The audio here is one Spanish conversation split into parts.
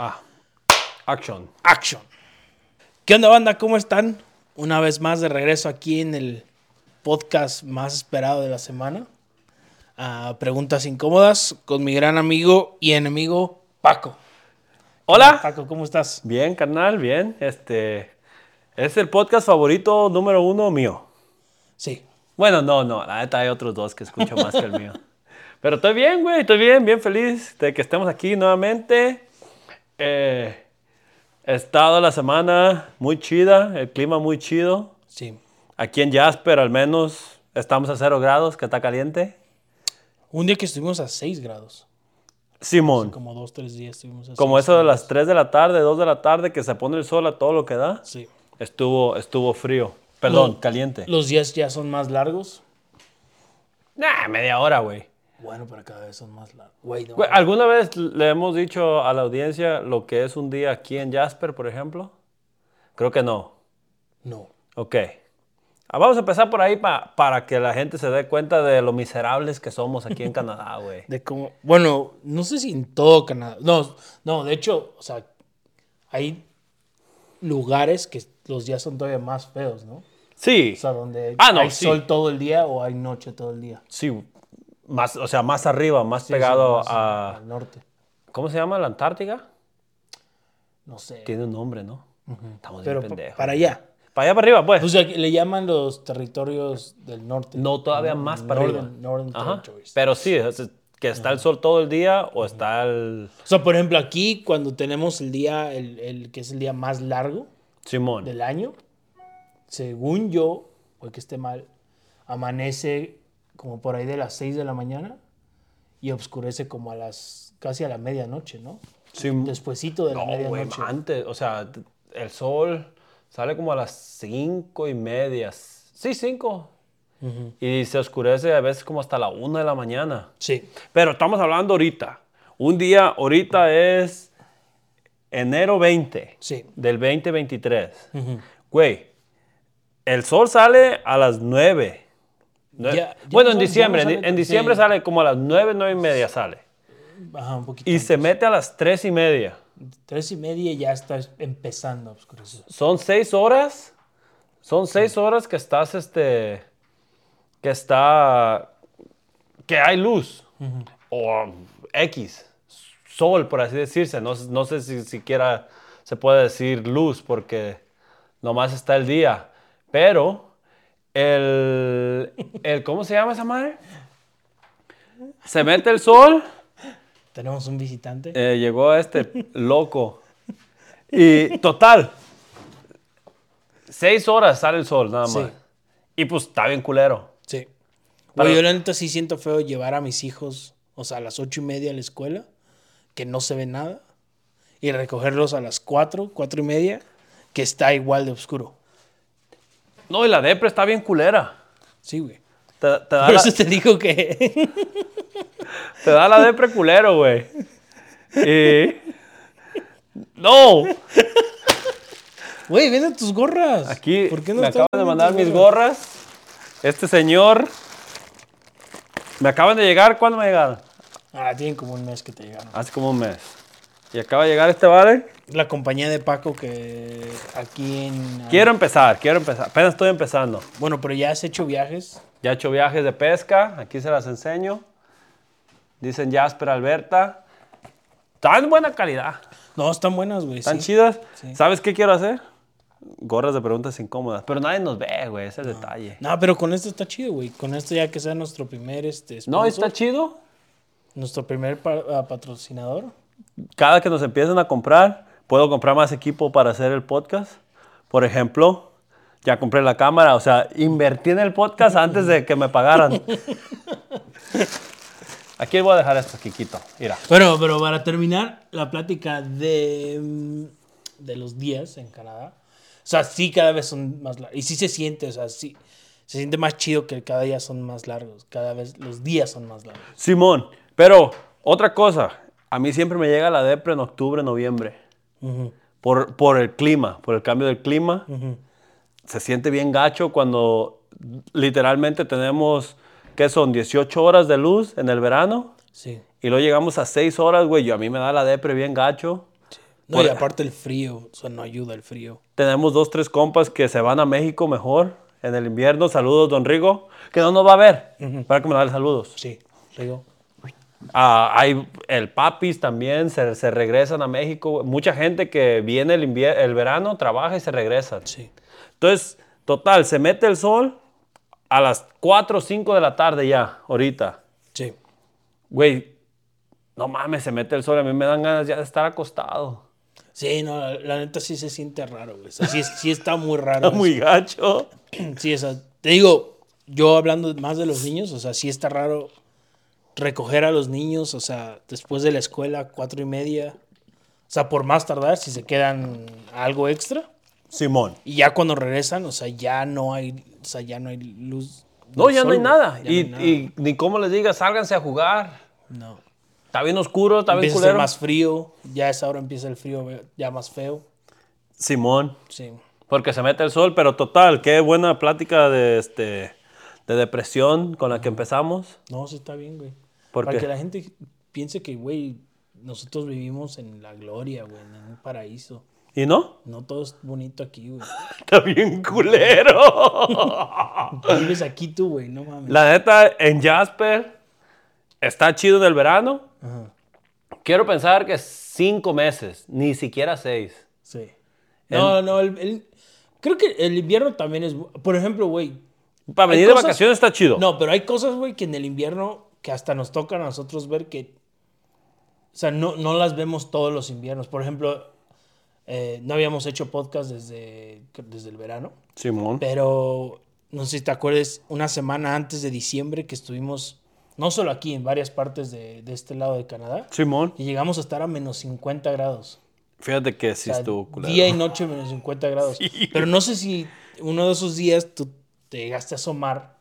Ah, Action. Action. ¿Qué onda, banda? ¿Cómo están? Una vez más de regreso aquí en el podcast más esperado de la semana. Ah, preguntas incómodas con mi gran amigo y enemigo Paco. Hola. Paco, ¿cómo estás? Bien, carnal, bien. Este es el podcast favorito número uno mío. Sí. Bueno, no, no, la neta hay otros dos que escucho más que el mío. Pero estoy bien, güey, estoy bien, bien feliz de que estemos aquí nuevamente. Eh, he estado la semana muy chida, el clima muy chido. Sí. Aquí en Jasper al menos estamos a cero grados, que está caliente. Un día que estuvimos a 6 grados. Simón, Como 2, 3 días estuvimos a como seis eso de grados. las 3 de la tarde, 2 de la tarde, que se pone el sol a todo lo que da. Sí. Estuvo, estuvo frío. Perdón, Lo- caliente. Los días ya son más largos. Nah, media hora, güey. Bueno, pero cada vez son más largos. Güey, no. Güey, ¿Alguna vez le hemos dicho a la audiencia lo que es un día aquí en Jasper, por ejemplo? Creo que no. No. Ok. Ah, Vamos a empezar por ahí pa- para que la gente se dé cuenta de lo miserables que somos aquí en Canadá, güey. De cómo. Bueno, no sé si en todo Canadá. No, no, de hecho, o sea, hay lugares que los días son todavía más feos, ¿no? Sí. O sea, donde Ah, no, hay sí. sol todo el día o hay noche todo el día. Sí. Más, o sea, más arriba, más Sí, pegado sí, más a... al norte. ¿Cómo se llama? ¿La Antártica? No sé. Tiene un nombre, ¿no? Estamos Pero bien pa- pendejos. para allá. Para allá para arriba, pues. O sea, que le llaman los territorios del norte. No, todavía más para Northern- arriba. Northern Ajá. Territories. Pero sí, es- es que está el sol todo el día o está el O sea, por ejemplo, aquí cuando tenemos el día, el, el que es el día más largo Simón. del año, según yo, o que esté mal, amanece como por ahí de las 6 de la mañana y oscurece como a las casi a la medianoche, ¿no? Sim- Despuesito de la No, güey, medianoche. antes, o sea, t- el sol sale como a las cinco y media. Sí, cinco. Y se oscurece a veces como hasta la una de la mañana. Sí. Pero estamos hablando ahorita. Un día ahorita es enero 20 Sí. del 2023. Güey, el sol sale a las 9. Nue- Ya- ya bueno, no en sale- ya diciembre, no en- sale- en diciembre sí. sale como a las 9, 9 y media sale. Ajá, un poquito. Y se mete a las 3 y media. Tres y media ya está empezando a oscurecer. Son 6 horas. Son 6 horas que estás, este, que está, que hay luz. O X, sol, por así decirse. No, no sé si siquiera se puede decir luz porque nomás está el día. Pero el, el ¿cómo se llama esa madre? Se mete el sol. Tenemos un visitante. Eh, llegó este loco. Y total, seis horas sale el sol nada más. Sí. Y pues está bien culero. Sí. Para- Güey, yo la neta sí siento feo llevar a mis hijos, o sea, a las ocho y media a la escuela, que no se ve nada, y recogerlos a las cuatro, cuatro y media, que está igual de oscuro. No, y la depre está bien culera. Sí, güey. Te, te da, Por la, eso te digo que... te da la depre culero, güey. Y- No, Güey, vende tus gorras. aquí me estás acaban de vendiendo mandar tus mis gorras. Este señor. Me acaban de llegar, ¿cuándo me llegaron? Ah, tienen como un mes que te llegaron. Hace como un mes. Y acaba de llegar este vale. La compañía de Paco que aquí en... ah, Quiero empezar, quiero empezar. Apenas estoy empezando. Bueno, pero ya has hecho viajes. Ya he hecho viajes de pesca, aquí se las enseño. Dicen Jasper, Alberta. Están en buena calidad, No, están buenas, güey. están sí. chidas. ¿Sabes qué quiero hacer? Gorras de preguntas incómodas, pero nadie nos ve, güey, ese es el detalle. No, pero con esto está chido, güey. Con esto ya que sea nuestro primer este, No, sponsor. está chido. Nuestro primer pa- ah, patrocinador. Cada que nos empiecen a comprar, puedo comprar más equipo para hacer el podcast. Por ejemplo, ya compré la cámara, o sea, invertí en el podcast antes de que me pagaran. Aquí voy a dejar esto, Kikito. Mira. Bueno, pero para terminar la plática de, mm, de los días en Canadá. O sea, sí cada vez son más largos. Y sí se siente, o sea, sí. Se siente más chido que cada día son más largos. Cada vez los días son más largos. Simón, pero otra cosa, a mí siempre me llega la depre en octubre, noviembre, por, por el clima, por el cambio del clima. Se siente bien gacho cuando literalmente tenemos, ¿qué son? 18 horas de luz en el verano Sí. y luego llegamos a 6 horas, güey, yo a mí me da la depre bien gacho. No, Por- y aparte el frío, o sea, no ayuda el frío. Tenemos dos, tres compas que se van a México mejor en el invierno. Saludos, don Rigo, que no nos va a ver. Para que me dé saludos. Sí, Rigo. Ah, hay el papis también, se, se regresan a México. Mucha gente que viene el, invier- el verano, trabaja y se regresa. Sí. Entonces, total, se mete el sol a las 4 o 5 de la tarde ya, ahorita. Sí. Güey, no mames, se mete el sol. A mí me dan ganas ya de estar acostado. Sí, no, la, la neta sí se siente raro, güey. O sea, sí, es- sí está muy Está raro. muy gacho. Sí, o sea, te digo, yo hablando más de los niños, o sea, sí está raro recoger a los niños, o sea, después de la escuela, cuatro y media. O sea, por más tardar, si se quedan algo extra. Simón. Y ya cuando regresan, o sea, ya no hay, o sea, ya no hay luz. No, del ya no sol, hay güey. nada. Ya Y, no hay nada. y ni cómo les diga, sálganse a jugar. No. Está bien oscuro, está bien Empieza a ser culero. más frío, ya a esa hora empieza el frío güey, ya más feo. Simón. Sí. Porque se mete el sol, pero total, qué buena plática de, este, de depresión con la que empezamos. No, sí está bien, güey. ¿Por Para qué? que la gente piense que, güey, nosotros vivimos en la gloria, güey, en un paraíso. ¿Y no? No todo es bonito aquí, güey. Está bien culero. Vives aquí tú, güey, no mames. la neta, en Jasper está chido en el verano. Quiero pensar que cinco meses, ni siquiera seis. Sí. No, no, el, el- creo que el invierno también es... bu- Por ejemplo, güey. Para hay venir de cosas- vacaciones está chido. No, pero hay cosas, güey, que en el invierno que hasta nos tocan a nosotros ver que... O sea, no, no las vemos todos los inviernos. Por ejemplo, eh, no habíamos hecho podcast desde, desde el verano. Simón. Pero no sé si te acuerdas, una semana antes de diciembre que estuvimos, no solo aquí, en varias partes de, de este lado de Canadá, Simón. y llegamos a estar a menos 50 grados. Fíjate que sí O sea, estuvo culero. día y noche menos 50 grados. Pero no sé si uno de esos días tú te llegaste a asomar,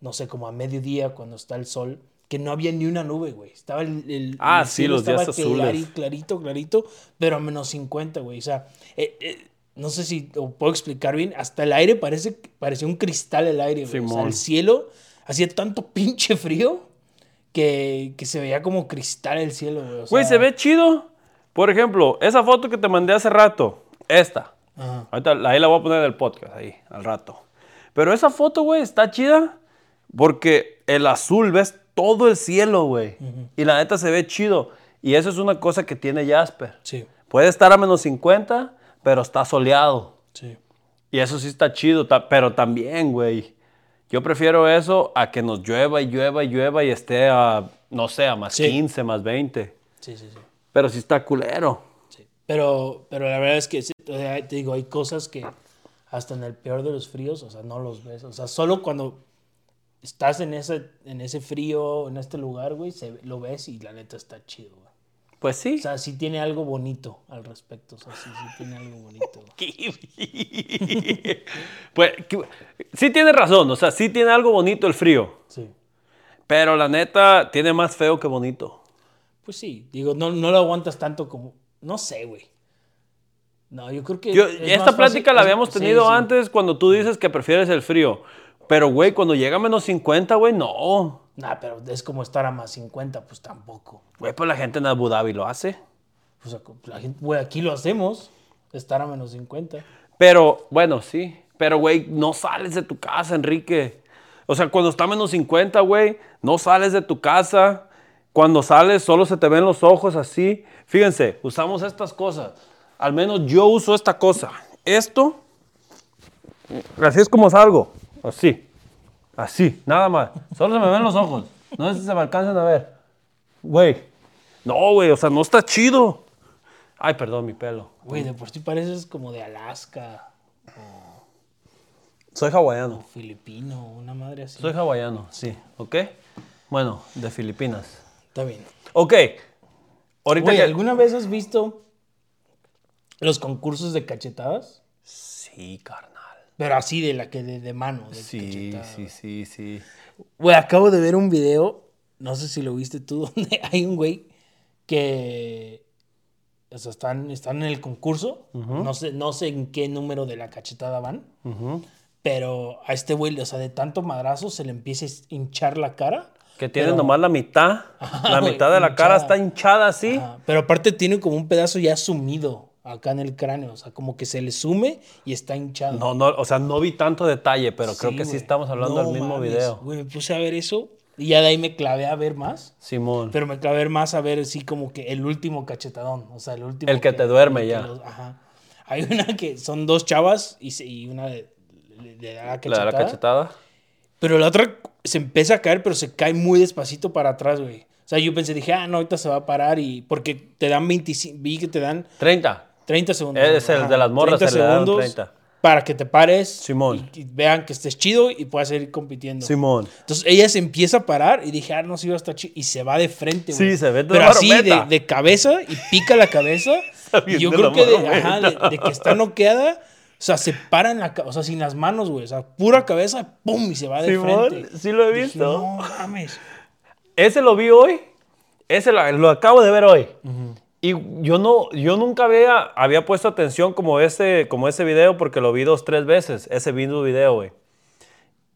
no sé, como a mediodía cuando está el sol, que no había ni una nube, güey. Estaba el, el- Ah, el sí, cielo los días azules. clarito, clarito, pero a menos 50, güey. O sea, eh, eh, no sé si lo puedo explicar bien. Hasta el aire parece parecía un cristal el aire, güey. O sea, Simón. el cielo hacía tanto pinche frío que, que se veía como cristal el cielo, güey. O Güey, sea, se ve chido. Por ejemplo, esa foto que te mandé hace rato, esta. ajá. Ahorita la- ahí la voy a poner en el podcast, ahí, al rato. Pero esa foto, güey, está chida porque el azul, ves todo el cielo, güey. Y la neta se ve chido. Y eso es una cosa que tiene Jasper. Sí, Puede estar a menos 50, pero está soleado. sí. Y eso sí está chido, ta- pero también, güey. Yo prefiero eso a que nos llueva y llueva y llueva y esté a, no sé, a más Sí. 15, más 20. Sí, sí, sí. Pero sí está culero. Sí. Pero, pero la verdad es que, sí, o sea, te digo, hay cosas que hasta en el peor de los fríos, o sea, no los ves. O sea, solo cuando estás en ese, en ese frío, en este lugar, güey, se, ve- lo ves y la neta está chido, güey. Pues sí. O sea, sí tiene algo bonito al respecto. O sea, sí, sí tiene algo bonito. güey. Kiwi. pues que- sí tiene razón, o sea, sí tiene algo bonito el frío, Sí. pero la neta tiene más feo que bonito. Pues sí, digo, no, no lo aguantas tanto como. No sé, güey. No, yo creo que. Yo- es esta más plática fácil- la es- habíamos sí, tenido sí. antes cuando tú dices que prefieres el frío, pero güey, cuando llega a menos 50, güey, no. Nah, pero es como estar a más 50, pues tampoco. Güey, pues la gente en Abu Dhabi lo hace. O sea, la gente, güey, aquí lo hacemos. Estar a menos 50. Pero bueno, sí, pero güey, no sales de tu casa, Enrique. O sea, cuando está a menos 50, güey, no sales de tu casa. Cuando sales, solo se te ven los ojos así. Fíjense, usamos estas cosas. Al menos yo uso esta cosa. Esto, así es como salgo. Así, así, nada más. Solo se me ven los ojos. No sé si se me alcanzan a ver. Güey. No, güey, o sea, no está chido. Ay, perdón, mi pelo. Güey, de por sí pareces como de Alaska Soy hawaiano. o filipino, una madre así. Soy hawaiano, sí, ¿ok? Bueno, de Filipinas. Está bien. Ok, ahorita Güey, que... ¿alguna vez has visto los concursos de cachetadas? Sí, carnal. Pero así de la que de, de mano. de Sí, cachetada. sí, sí, sí. Güey, acabo de ver un video, no sé si lo viste tú, donde hay un güey que. O sea, están, están en el concurso. no, sé, no sé en qué número de la cachetada van. Pero a este güey, o sea, de tanto madrazo se le empieza a hinchar la cara. Que tienen Pero- nomás la mitad. Ajá, la güey, mitad de la cara hinchada. está hinchada así. Ajá, Pero aparte tiene como un pedazo ya sumido acá en el cráneo. O sea, como que se le sume y está hinchado. No, no, o sea, no vi tanto detalle, pero creo Sí, que sí güey. estamos hablando No del mismo mames, video. Güey, me puse a ver eso y ya de ahí me clavé a ver más. Simón. Pero me clavé a ver más a ver así como que el último cachetadón. O sea, el último. El que te duerme que ya. los- ajá. Hay una que son dos chavas y, se- y una de, le- le da la la de la cachetada. cachetada. Pero la otra se empieza a caer, pero se cae muy despacito para atrás, güey. O sea, yo pensé, dije, ah, no, ahorita se va a parar y... Porque te dan 25... Vi que te dan 30. 30 segundos. Es el de las morras, se le dan 30. Para que te pares. Simón. Y, y vean que estés chido y puedas seguir compitiendo. Simón. Entonces ella se empieza a parar y dije, ah, no, sí va a estar chido. Y se va de frente, güey. Sí, se ve de Pero la así, de, marometa. de cabeza y pica la cabeza. y yo viendo creo la que de, marometa. ajá, de- de que está noqueada, o sea, se para en la ca- o sea, sin las manos, güey. O sea, pura cabeza, pum, y se va de Simón, frente. sí lo he Dije, visto. no mames. Ese lo vi hoy. Ese la- lo, acabo de ver hoy. Y yo, no, yo nunca había, había puesto atención como ese, como ese video porque lo vi dos, tres veces. Ese mismo video, güey.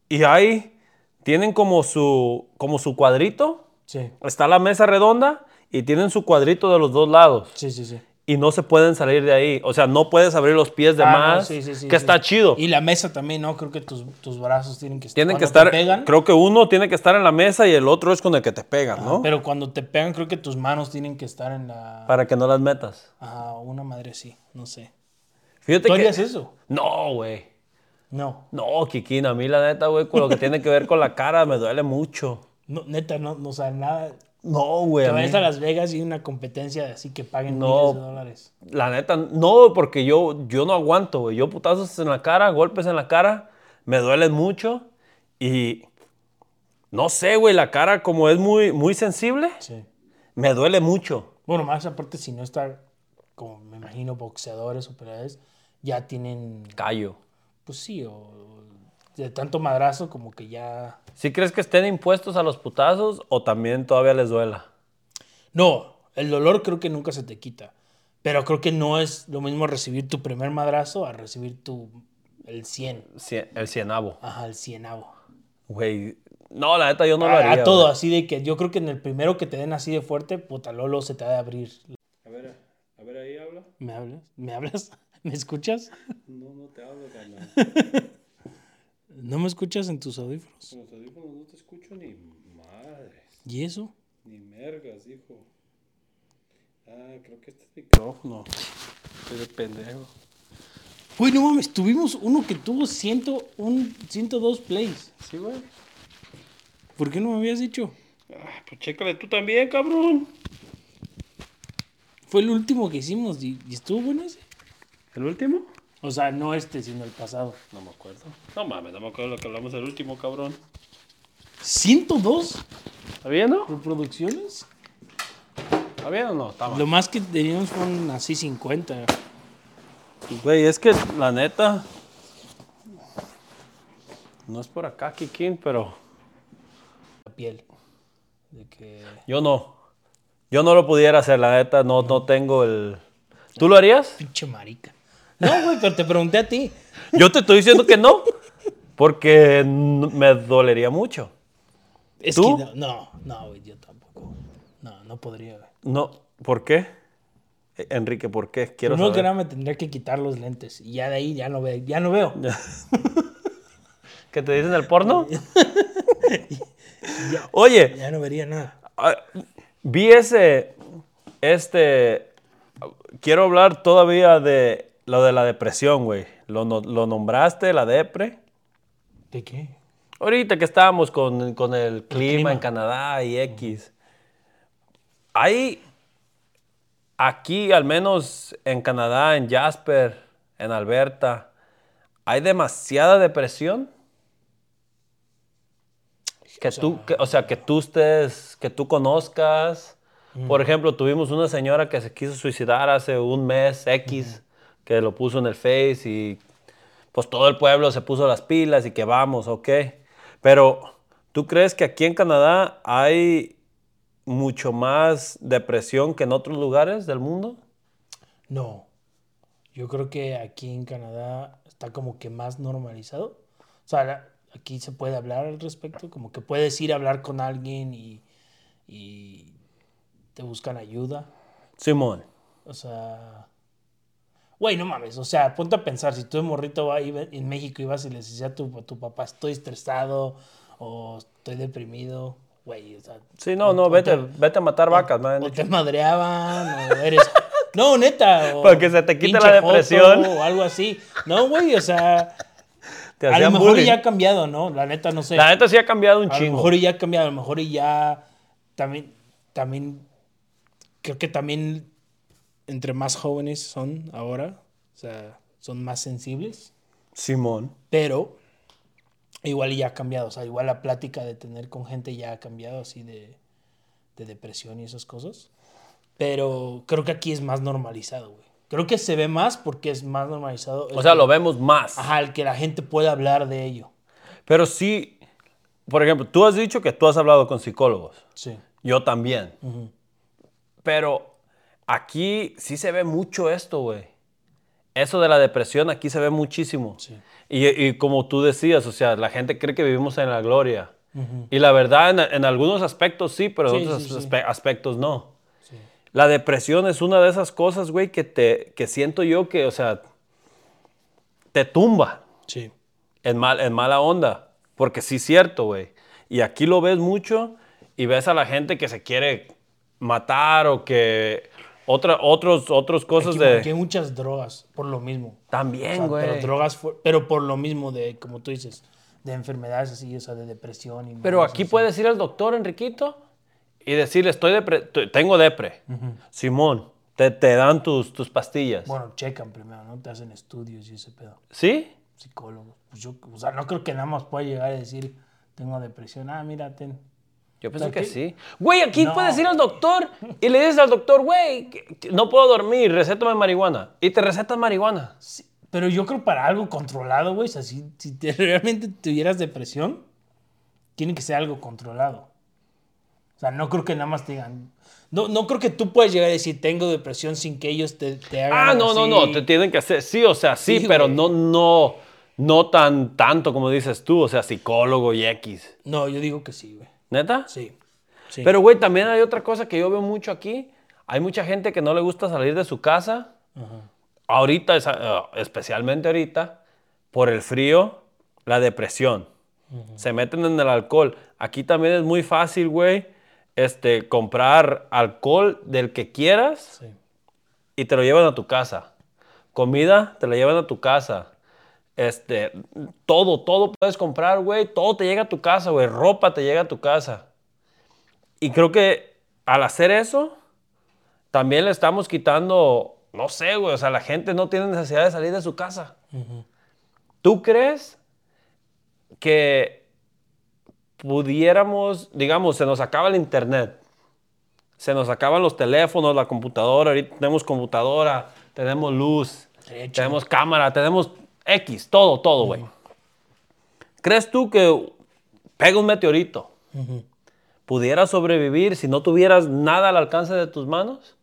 Y ahí tienen como su, como su cuadrito. Sí, Está la mesa redonda y tienen su cuadrito de los dos lados. sí, sí, sí. Y no se pueden salir de ahí. O sea, no puedes abrir los pies de Ah, no, más. sí, sí, sí, que sí. está chido. Y la mesa también, ¿no? Creo que tus, tus brazos tienen que, Tienen que cuando te estar, pegan, creo que uno tiene que estar en la mesa y el otro es con el que te pegan, ¿no? Ah, Pero cuando te pegan, creo que tus manos tienen que estar en la. Para que no las metas. Ajá, una madre así, no sé. Fíjate ¿Tú que... harías eso? No, güey. No. No, Kikín, a mí la neta, güey, con lo que tiene que ver con la cara me duele mucho. no neta, no, no, o sea, nada. No, güey. Te a mí- vayas a Las Vegas y una competencia así que paguen No. miles de dólares. La neta, no, porque yo, yo no aguanto, güey. Yo putazos en la cara, golpes en la cara, me duelen mucho y... No sé, güey, la cara como es muy, muy sensible, Sí. me duele mucho. Bueno, más aparte, si no está, como me imagino, boxeadores o peleadores, ya tienen. Callo. Pues sí, o. De tanto madrazo, como que ya. ¿Sí crees que estén impuestos a los putazos o también todavía les duela? No, el dolor creo que nunca se te quita. Pero creo que no es lo mismo recibir tu primer madrazo a recibir tu. el 100. Cien- el cienavo. Ajá, el cienavo. Güey, no, la neta, yo no lo a, haría. a todo, güey. así de que yo creo que en el primero que te den así de fuerte, puta Lolo se te va a abrir. A ver, a ver, ahí habla. ¿Me hablas? ¿Me hablas? ¿Me escuchas? No, no te hablo, ¿No me escuchas en tus audífonos? Con los audífonos no te escucho ni madres, ¿Y eso? ni mergas, hijo. Ah, creo que este es micrófono. Estoy de pendejo. Uy, no mames, tuvimos uno que tuvo 101, 102 plays. Sí, güey. ¿Por qué no me habías dicho? Ah, pues chécale tú también, cabrón. Fue el último que hicimos y, y estuvo bueno ese. ¿El último? O sea, no este, sino el pasado. No me acuerdo. No mames, no me acuerdo lo que hablamos del último, cabrón. ¿102 ¿Está bien, no? reproducciones? ¿Está bien o no? Está mal. Lo más que teníamos fueron así 50. Güey, es que la neta. No es por acá, Kikín, pero la piel. De que... yo no. Yo no lo pudiera hacer, la neta, no, no tengo el. ¿Tú lo harías? Pinche marica. No, güey, pero te pregunté a ti. Yo te estoy diciendo que no, porque n- me dolería mucho. Es ¿Tú? que no- no, no, güey, yo tampoco. No, no podría, güey. No, ¿por qué? Eh, Enrique, ¿por qué? Quiero Primero que saber. nada me tendría que quitar los lentes. Y ya de ahí ya no veo. Ya no veo. ¿Que te dicen el porno? Oye, Ya no vería nada. Ah, Vi ese, este, quiero hablar todavía de lo de la depresión, güey. Lo, no- lo nombraste, la depre. ¿De qué? Ahorita que estábamos con, con el clima, clima. en Canadá y X. Hay, aquí al menos en Canadá, en Jasper, en Alberta, hay demasiada depresión. Que tú, que- o sea, que tú estés, que tú conozcas. Por ejemplo, tuvimos una señora que se quiso suicidar hace un mes, X, que lo puso en el Face y pues todo el pueblo se puso las pilas y que vamos, ok. Pero, ¿tú crees que aquí en Canadá hay mucho más depresión que en otros lugares del mundo? No. Yo creo que aquí en Canadá está como que más normalizado. O sea, la- aquí se puede hablar al respecto, como que puedes ir a hablar con alguien y, y te buscan ayuda. Simón. O sea, güey, no mames, o sea, ponte a pensar, si tú de morrito va- iba- en México ibas y le decías a tu, a tu papá, estoy estresado o estoy deprimido, güey, o sea, Sí, no, no, vete, vete a matar vacas, me han o dicho. te madreaban, o eres... No, neta. O Para que se te quite pinche la depresión. joto, o algo así. No, güey, o sea, Te a lo hacían mejor bullying. ya ha cambiado, ¿no? La neta, no sé. La neta sí ha cambiado un A lo chingo. mejor y ya ha cambiado, a lo mejor y ya también, también, creo que también entre más jóvenes son ahora, o sea, son más sensibles, Simón. pero igual y ya ha cambiado, o sea, igual la plática de tener con gente ya ha cambiado así de, de depresión y esas cosas, pero creo que aquí es más normalizado, güey. Creo que se ve más porque es más normalizado. el O sea, que- lo vemos más. Ajá, el que la gente pueda hablar de ello. Pero sí, por ejemplo, tú has dicho que tú has hablado con psicólogos. Sí. Yo también. Pero aquí sí se ve mucho esto, güey. Eso de la depresión aquí se ve muchísimo. Sí. Y, y como tú decías, o sea, la gente cree que vivimos en la gloria. Y la verdad, en, en algunos aspectos sí, pero en Sí, otros sí, sí. aspe- aspectos no. La depresión es una de esas cosas, güey, que, te, que siento yo que, o sea, te tumba Sí. en, mal, en mala onda. Porque sí es cierto, güey. Y aquí lo ves mucho y ves a la gente que se quiere matar o que otra, otros, otros cosas Aquí, aquí de... hay muchas drogas, por lo mismo. O sea, También, güey. pero Pero, drogas, fu- pero por lo mismo de, como tú dices, de enfermedades así, o sea, de depresión. Y cosas aquí así. puedes ir al doctor, Enriquito, y decirle, estoy depre- tu- tengo depre. Simón, te, te dan tus, tus pastillas. Bueno, checan primero, ¿no? Te hacen estudios y ese pedo. ¿Sí? Psicólogos. Pues yo, o sea, no creo que nada más pueda llegar a decir, tengo depresión. Ah, mira, ten. Yo pienso Aquí- que sí. Güey, aquí No, puedes ir al doctor y le dices al doctor, güey, que- que no puedo dormir, recétame marihuana. Y te recetan marihuana. Sí, pero yo creo para algo controlado, güey. O sea, si, si te- realmente tuvieras depresión, tiene que ser algo controlado. O sea, no creo que nada más te digan. No, no creo que tú puedas llegar a decir, tengo depresión sin que ellos te, te hagan. Ah, no, no, no, así. te tienen que hacer, sí, o sea, sí, Sí, pero güey. no, no, no tan tanto como dices tú, o sea, psicólogo y X. No, yo digo que sí, güey. ¿Neta? Sí. sí. Pero, güey, también hay otra cosa que yo veo mucho aquí. Hay mucha gente que no le gusta salir de su casa. Ahorita, esa- ah, especialmente ahorita, por el frío, la depresión. Se meten en el alcohol. Aquí también es muy fácil, güey, este, comprar alcohol del que quieras. Sí. y te lo llevan a tu casa. Comida, te la llevan a tu casa. Este, todo, todo puedes comprar, güey. Todo te llega a tu casa, güey. Ropa te llega a tu casa. Y creo que al hacer eso, también le estamos quitando, no sé, güey. O sea, la gente no tiene necesidad de salir de su casa. ¿Tú crees que pudiéramos, digamos, se nos acaba el internet? se nos acaban los teléfonos, la computadora, ahorita tenemos computadora, tenemos luz, Estaría chido. tenemos cámara, tenemos X, todo, todo, güey. ¿Crees tú que pega un meteorito? ¿Pudieras sobrevivir si no tuvieras nada al alcance de tus manos?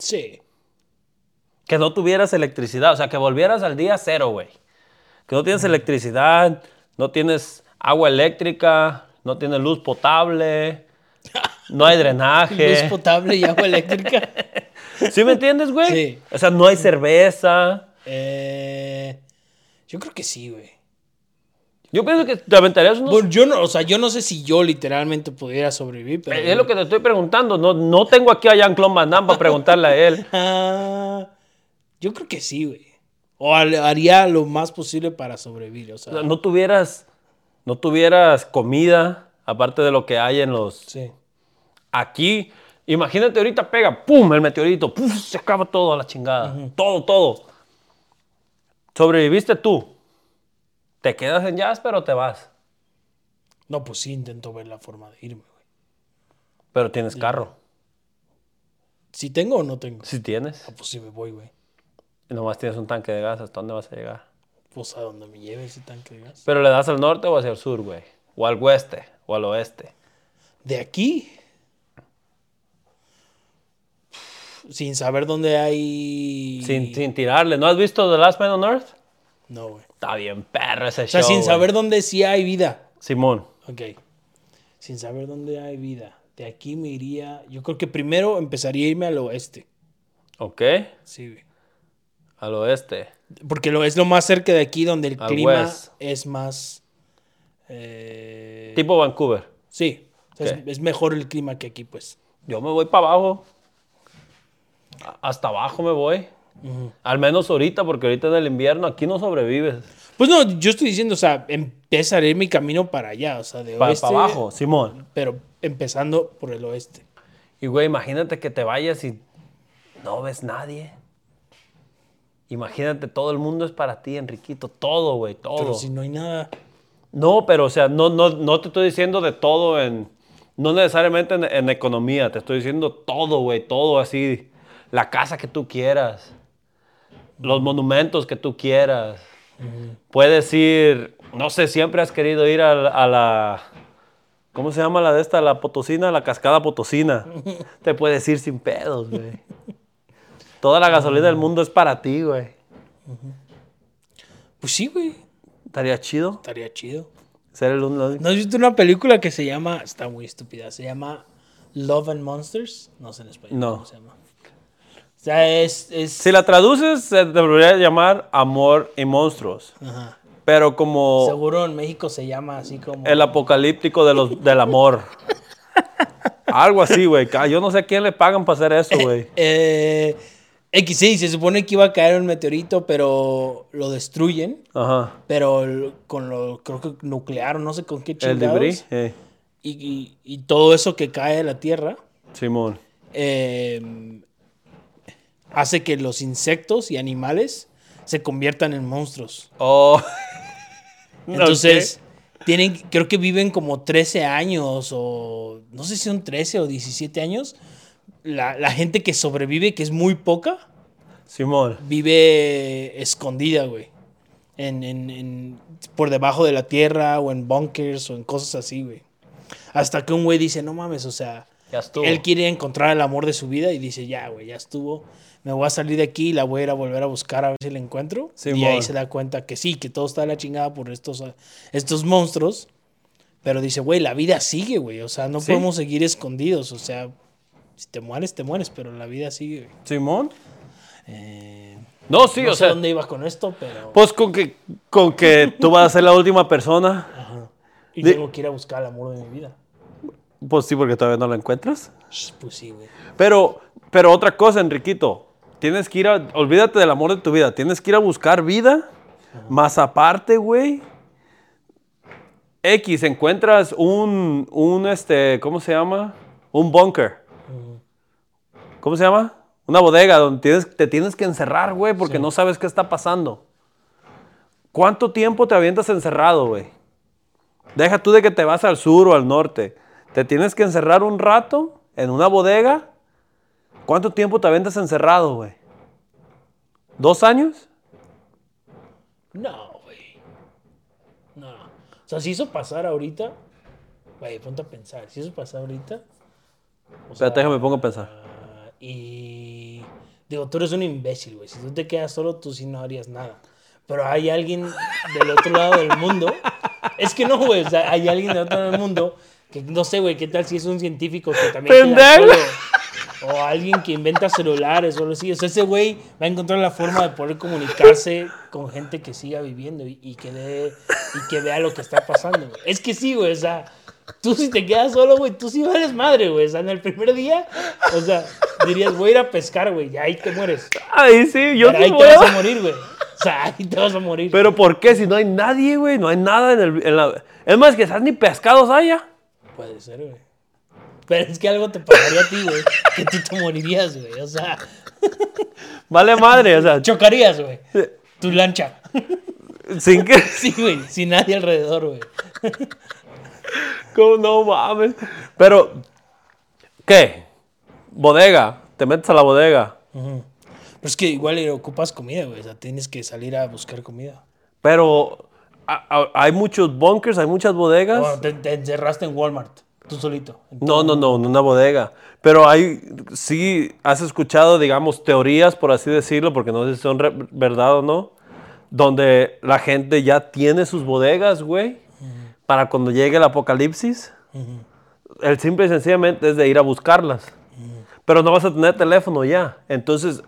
Sí. Que no tuvieras electricidad, o sea, que volvieras al día cero, güey. Que no tienes electricidad, no tienes agua eléctrica, no tienes luz potable, no hay drenaje. Luz potable y agua eléctrica. ¿Sí me entiendes, güey? Sí. O sea, no hay cerveza. Eh, yo creo que sí, güey. Yo pienso que te aventarías unos... Bueno, Pues yo no, o sea, yo no sé si yo literalmente pudiera sobrevivir, pero. Eh, Es lo que te estoy preguntando. No, no tengo aquí a Jean-Claude Van Damme para preguntarle a él. Ah, yo creo que sí, güey. O al- haría lo más posible para sobrevivir, o O sea. sea, no tuvieras... No tuvieras comida, aparte de lo que hay en los... Sí. Aquí, imagínate ahorita pega, ¡pum! El meteorito, ¡puf! Se acaba todo a la chingada. Todo, todo. Sobreviviste tú. ¿Te quedas en jazz, pero te vas? No, pues sí, intento ver la forma de irme, güey. Pero tienes carro. Si tengo o no tengo. Si tienes. Ah, pues sí me voy, güey. Y nomás tienes un tanque de gas. ¿Hasta dónde vas a llegar? Pues a donde me lleve ese tanque de gas. Pero le das al norte o hacia el sur, güey. O al oeste o al oeste. De aquí. Sin saber dónde hay. Sin, sin tirarle. ¿No has visto The Last Man on Earth? No, güey. Está bien, perro ese O sea, show, sin güey. saber dónde sí hay vida. Simón. Ok. Sin saber dónde hay vida. De aquí me iría. Yo creo que primero empezaría a irme al oeste. Ok. Sí, güey. Al oeste. Porque lo, es lo más cerca de aquí donde el Al clima west. es más. eh, Tipo Vancouver. Sí. O sea, es- Ok. es, mejor el clima que aquí, pues. Yo me voy para abajo. A- Hasta abajo me voy. Al menos ahorita, porque ahorita en el invierno aquí no sobrevives. Pues no, yo estoy diciendo, o sea, empezaré mi camino para allá, o sea, de Para oeste. abajo, Simón. Pero empezando por el oeste. Y güey, imagínate que te vayas y no ves nadie. Imagínate, todo el mundo es para ti, Enriquito. Todo, güey, todo. Pero si no hay nada. No, pero o sea, no, no, no te estoy diciendo de todo en. No necesariamente en, en economía, te estoy diciendo todo, güey, todo así. La casa que tú quieras, los monumentos que tú quieras. Puedes ir, no sé, siempre has querido ir a, la- a la. ¿Cómo se llama la de esta? La Potosina, la cascada Potosina. te puedes ir sin pedos, güey. Toda la gasolina del mundo es para ti, güey. Pues sí, güey. Estaría chido Estaría chido. ser el único. ¿No has visto una película que se llama, está muy estúpida, se llama Love and Monsters? No sé en español No. cómo se llama. O sea, es... es- Si la traduces, se debería llamar Amor y Monstruos. ajá. Pero como Seguro en México se llama así como... Oh. el apocalíptico de los, del amor. Algo así, güey. Ca- Yo no sé a quién le pagan para hacer eso, güey. Eh, X6, se supone que iba a caer un meteorito, pero lo destruyen. Ajá. Pero el- con lo, creo que nuclear, o no sé con qué El chingados. debris. eh, Y, y- y todo eso que cae de la Tierra Simón. eh, hace que los insectos y animales se conviertan en monstruos. Oh. Entonces, tienen, creo que viven como 13 años o no sé si son 13 o 17 años. La, la gente que sobrevive, que es muy poca, Ok. Simón. vive escondida, güey. En, en- en- por debajo de la tierra o en bunkers o en cosas así, güey. Hasta que un güey dice, no mames, o sea, Ya estuvo. él quiere encontrar el amor de su vida y dice, ya, güey, ya estuvo. Me voy a salir de aquí y la voy a ir a volver a buscar a ver si la encuentro. y Simón. ahí se da cuenta que sí, que todo está de la chingada por estos, estos monstruos. Pero dice, güey, la vida sigue, güey. O sea, no Sí. podemos seguir escondidos. O sea, si te mueres, te mueres, pero la vida sigue, güey. Simón. Eh, No, sí, no o sé sea. dónde iba con esto, pero. Pues con que, con que tú vas a ser la última persona. Ajá. Y de- tengo que ir a buscar el amor de mi vida. Pues sí, porque todavía no la encuentras. Sh, Pues sí, güey. Pero, pero otra cosa, Enriquito. Tienes que ir a. Olvídate del amor de tu vida. Tienes que ir a buscar vida. Más aparte, güey. X, encuentras un. un este. ¿Cómo se llama? Un bunker. ¿Cómo se llama? Una bodega donde tienes, te tienes que encerrar, güey, porque no sabes qué está pasando. ¿Cuánto tiempo te avientas encerrado, güey? Deja tú de que te vas al sur o al norte. Te tienes que encerrar un rato en una bodega. ¿Cuánto tiempo te aventas encerrado, güey? ¿Dos años? No, güey. No. O sea, si eso pasara ahorita. Güey, ponte a pensar. Si eso pasara ahorita. O Espérate, déjame pongo a pensar. ah, Y. Digo, tú eres un imbécil, güey. Si tú te quedas solo, tú sí no harías nada. Pero hay alguien del otro lado del mundo. Es que no, güey. O sea, hay alguien del otro lado del mundo que no sé, güey, qué tal si es un científico que también. queda ¡Pendejo! solo, O alguien que inventa celulares o algo así. O sea, ese güey va a encontrar la forma de poder comunicarse con gente que siga viviendo y, y que, dé- y que vea lo que está pasando. güey. Es que sí, güey. O sea, tú si te quedas solo, güey, tú sí vales madre, güey. O sea, en el primer día, o sea, dirías, voy a ir a pescar, güey, y ahí te mueres. Ay, sí, yo Pero sí ahí te voy a- vas a morir, güey. O sea, ahí te vas a morir. Pero ¿por qué? Si no hay nadie, güey. No hay nada en, el, en la... Es más, quizás ni pescados haya. Puede ser, güey. Pero es que algo te pasaría a ti, güey. Que tú te morirías, güey. O sea, Vale madre, o sea, chocarías, güey. Tu lancha. sin que... Sí, güey. Sin nadie alrededor, güey. ¿Cómo no mames? Pero, ¿qué? Bodega. Te metes a la bodega. Pero es que igual eh, ocupas comida, güey. O sea, tienes que salir a buscar comida. Pero a- a- hay muchos bunkers, hay muchas bodegas. Bueno, te, te encerraste en Walmart. Tú solito. No, no, no, en una bodega. Pero hay, sí, has escuchado, digamos, teorías, por así decirlo, porque no sé si son re- verdad o no, donde la gente ya tiene sus bodegas, güey, para cuando llegue el apocalipsis. El simple y sencillamente es de ir a buscarlas. Pero no vas a tener teléfono ya. Entonces,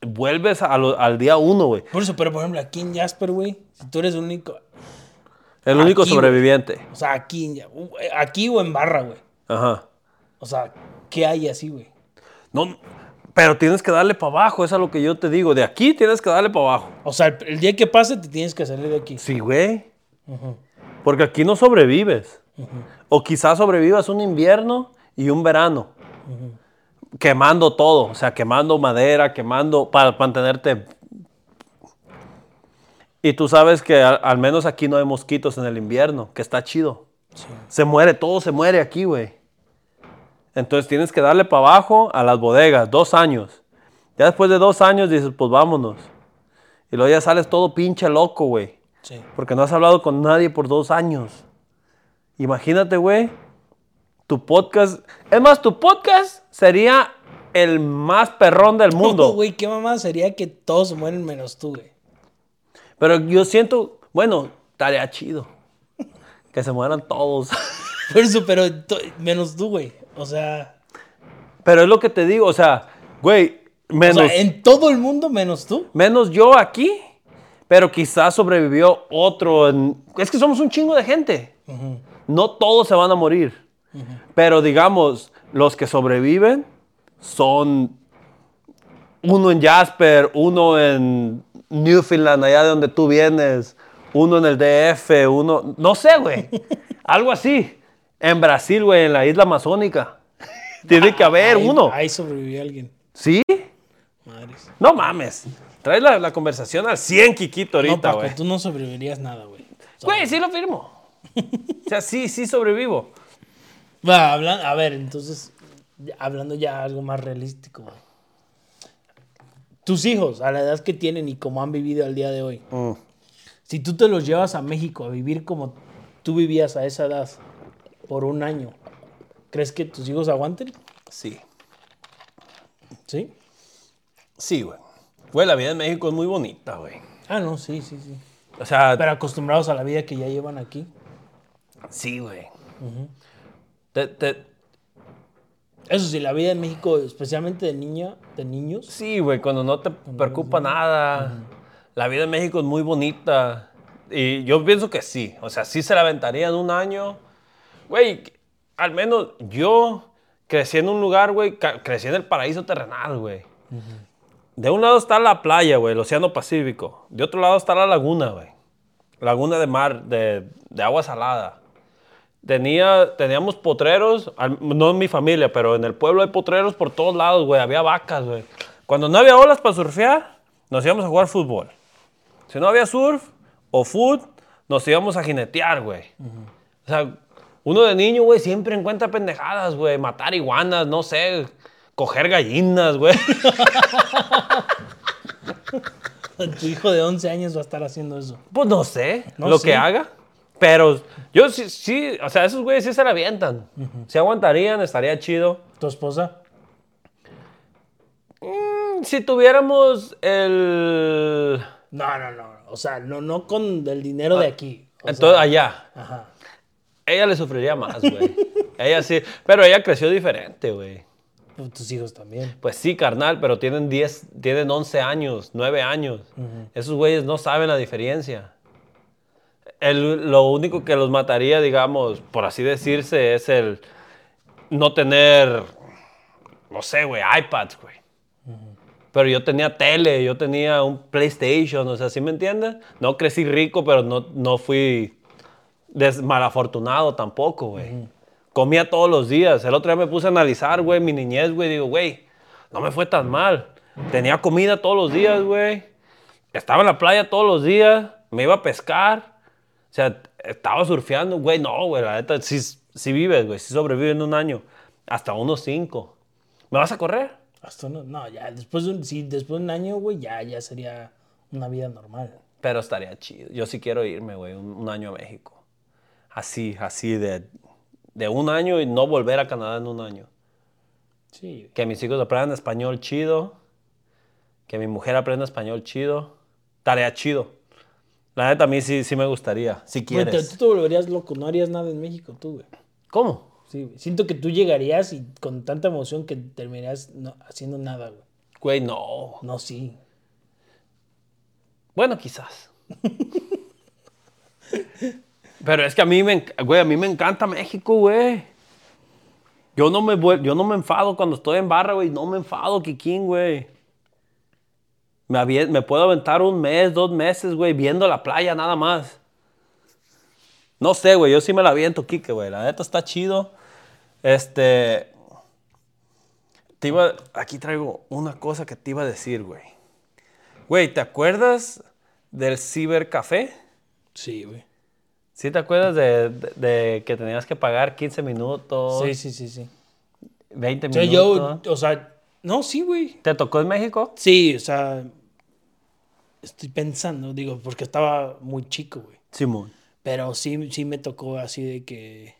vuelves a lo- al día uno, güey. Por eso, pero por ejemplo, aquí en Jasper, güey, si tú eres el único. El único Aquí, güey. sobreviviente. O sea, aquí, en Ya- uh, eh, aquí o en Barra, güey. Ajá. O sea, ¿qué hay así, güey? No, pero tienes que darle para abajo, eso es lo que yo te digo. De aquí tienes que darle para abajo. O sea, el, el día que pase te tienes que salir de aquí. Sí, güey. Porque aquí no sobrevives. O quizás sobrevivas un invierno y un verano. Quemando todo, o sea, quemando madera, quemando para mantenerte. Y tú sabes que al, al menos aquí no hay mosquitos en el invierno, que está chido. Se muere, todo se muere aquí, güey. Entonces tienes que darle para abajo a las bodegas, dos años. Ya después de dos años dices, pues vámonos. Y luego ya sales todo pinche loco, güey. Sí. Porque no has hablado con nadie por dos años. Imagínate, güey. Tu podcast. Es más, tu podcast sería el más perrón del Ojo, mundo. güey, qué mamá sería que todos se mueren menos tú, güey. Pero yo siento, bueno, estaría chido. Que se mueran todos. Por eso, pero to- menos tú, güey. O sea, Pero es lo que te digo, o sea, güey, o menos, sea, en todo el mundo menos tú. menos yo aquí. Pero quizás sobrevivió otro. en- Es que somos un chingo de gente. Ujú. No todos se van a morir. Pero digamos, los que sobreviven son uno en Jasper, uno en Newfoundland, allá de donde tú vienes, uno en el DF, uno, no sé, güey. Algo así. En Brasil, güey, en la isla amazónica. Tiene que haber Ah, Ahí- uno. Ahí sobrevivió alguien. ¿Sí? Madres. No mames. Traes la, la conversación al 100, Kikito, No, ahorita, Paco, güey. tú no sobrevivirías nada, güey. Güey, sí lo firmo. O sea, sí, sí sobrevivo. Va, hablan- a ver, entonces, ya- hablando ya algo más realístico, güey. Tus hijos, a la edad que tienen y como han vivido al día de hoy, si tú te los llevas a México a vivir como tú vivías a esa edad por un año, ¿crees que tus hijos aguanten? Sí. ¿Sí? Sí, güey. Güey, la vida en México es muy bonita, güey. Ah, no, sí, sí, sí. O sea, Pero acostumbrados a la vida que ya llevan aquí. sí, güey. Te- te- Eso sí, la vida en México, especialmente de niña, de niños. sí, güey, cuando no te preocupa nada. La vida en México es muy bonita. Y yo pienso que sí. O sea, sí se la aventaría en un año. Güey, al menos yo crecí en un lugar, güey, ca- crecí en el paraíso terrenal, güey. De un lado está la playa, güey, el Océano Pacífico. De otro lado está la laguna, güey. Laguna de mar, de, de agua salada. Tenía, teníamos potreros, al- no en mi familia, pero en el pueblo hay potreros por todos lados, güey. Había vacas, güey. Cuando no había olas para surfear, nos íbamos a jugar fútbol. Si no había surf o food, nos íbamos a jinetear, güey. O sea, uno de niño, güey, siempre encuentra pendejadas, güey. Matar iguanas, no sé, coger gallinas, güey. Tu hijo de 11 años va a estar haciendo eso. Pues no sé No lo sé. que haga. Pero yo sí, sí, o sea, esos güeyes sí se la avientan. Si aguantarían, estaría chido. ¿Tu esposa? Mm, Si tuviéramos el... No, no, no. O sea, no, no con el dinero de aquí. O Entonces, sea, allá. Ajá. Ella le sufriría más, güey. ella sí. Pero ella creció diferente, güey. Pues Tus hijos también. Pues sí, carnal, pero tienen 10, tienen 11 años, 9 años. Esos güeyes no saben la diferencia. El- lo único que los mataría, digamos, por así decirse, es el no tener, no sé, güey, iPads, güey. Pero yo tenía tele, yo tenía un PlayStation, o sea, ¿sí me entiendes? No crecí rico, pero no, no fui des- malafortunado tampoco, güey. Comía todos los días. El otro día me puse a analizar, güey, mi niñez, güey. Digo, güey, no me fue tan mal. Tenía comida todos los días, güey. Estaba en la playa todos los días. Me iba a pescar. O sea, estaba surfeando. Güey, no, güey, la neta, sí, sí vives, güey. Sí sobrevives en un año. Hasta unos cinco. ¿Me vas a correr? Hasta no, no, ya después de un, sí, después de un año, güey, ya, ya sería una vida normal. Pero estaría chido. Yo sí quiero irme, güey, un, un año a México. Así, así de, de un año y no volver a Canadá en un año. Sí. Que mis hijos aprendan español chido. Que mi mujer aprenda español chido. Tarea chido. La neta, a mí sí, sí me gustaría, si Güey, te- quieres. tú te volverías loco, no harías nada en México tú, güey. ¿Cómo? Sí, güey. Siento que tú llegarías y con tanta emoción que terminarías no- haciendo nada, güey. Güey, no. No, sí. Bueno, quizás. Pero es que a mí me, enc- güey, a mí me encanta México, güey. Yo no me vuel- yo no me enfado cuando estoy en barra, güey, no me enfado, Kikín, güey. Me, avie- me puedo aventar un mes, dos meses, güey, viendo la playa nada más. No sé, güey, yo sí me la aviento, Kike, güey. La neta está chido. Este te iba aquí traigo una cosa que te iba a decir, güey. Güey, ¿te acuerdas del cibercafé? Sí, güey. ¿Sí te acuerdas de, de- de que tenías que pagar 15 minutos, Sí, sí, sí, sí. 20 O sea, minutos? yo, o sea, no, sí, güey. ¿Te tocó en México? Sí, o sea, estoy pensando, digo, porque estaba muy chico, güey. Simón. Pero sí, sí me tocó así de que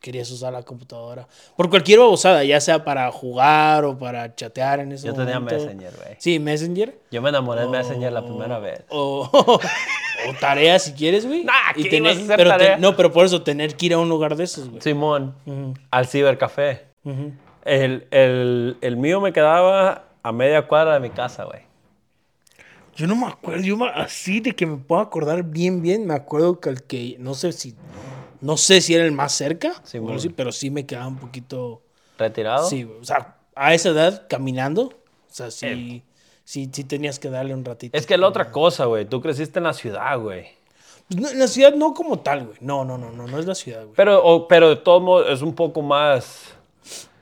querías usar la computadora. Por cualquier babosada, ya sea para jugar o para chatear en ese Yo tenía momento. Messenger, güey. Sí, Messenger. Yo me enamoré de Messenger la O- primera vez. O, o tarea si quieres, güey. Nah, Y ¿qué tener- ibas a hacer pero te- tarea? no, pero por eso tener que ir a un lugar de esos, güey. Simón, Ujú, al cibercafé. ujú. El, el- el mío me quedaba a media cuadra de mi casa, güey. Yo no me acuerdo, yo me- así de que me puedo acordar bien, bien, me acuerdo que el que, no sé si, no sé si era el más cerca, Sí, o bueno. sí, pero sí me quedaba un poquito, ¿Retirado? sí, güey, o sea, a esa edad, caminando, o sea, sí, sí, sí tenías que darle un ratito. Es que la otra cosa, güey. Tú creciste en la ciudad, güey. Pues no, en la ciudad no como tal, güey, no, no, no, no, no es la ciudad, güey. Pero, o- pero de todos modos es un poco más...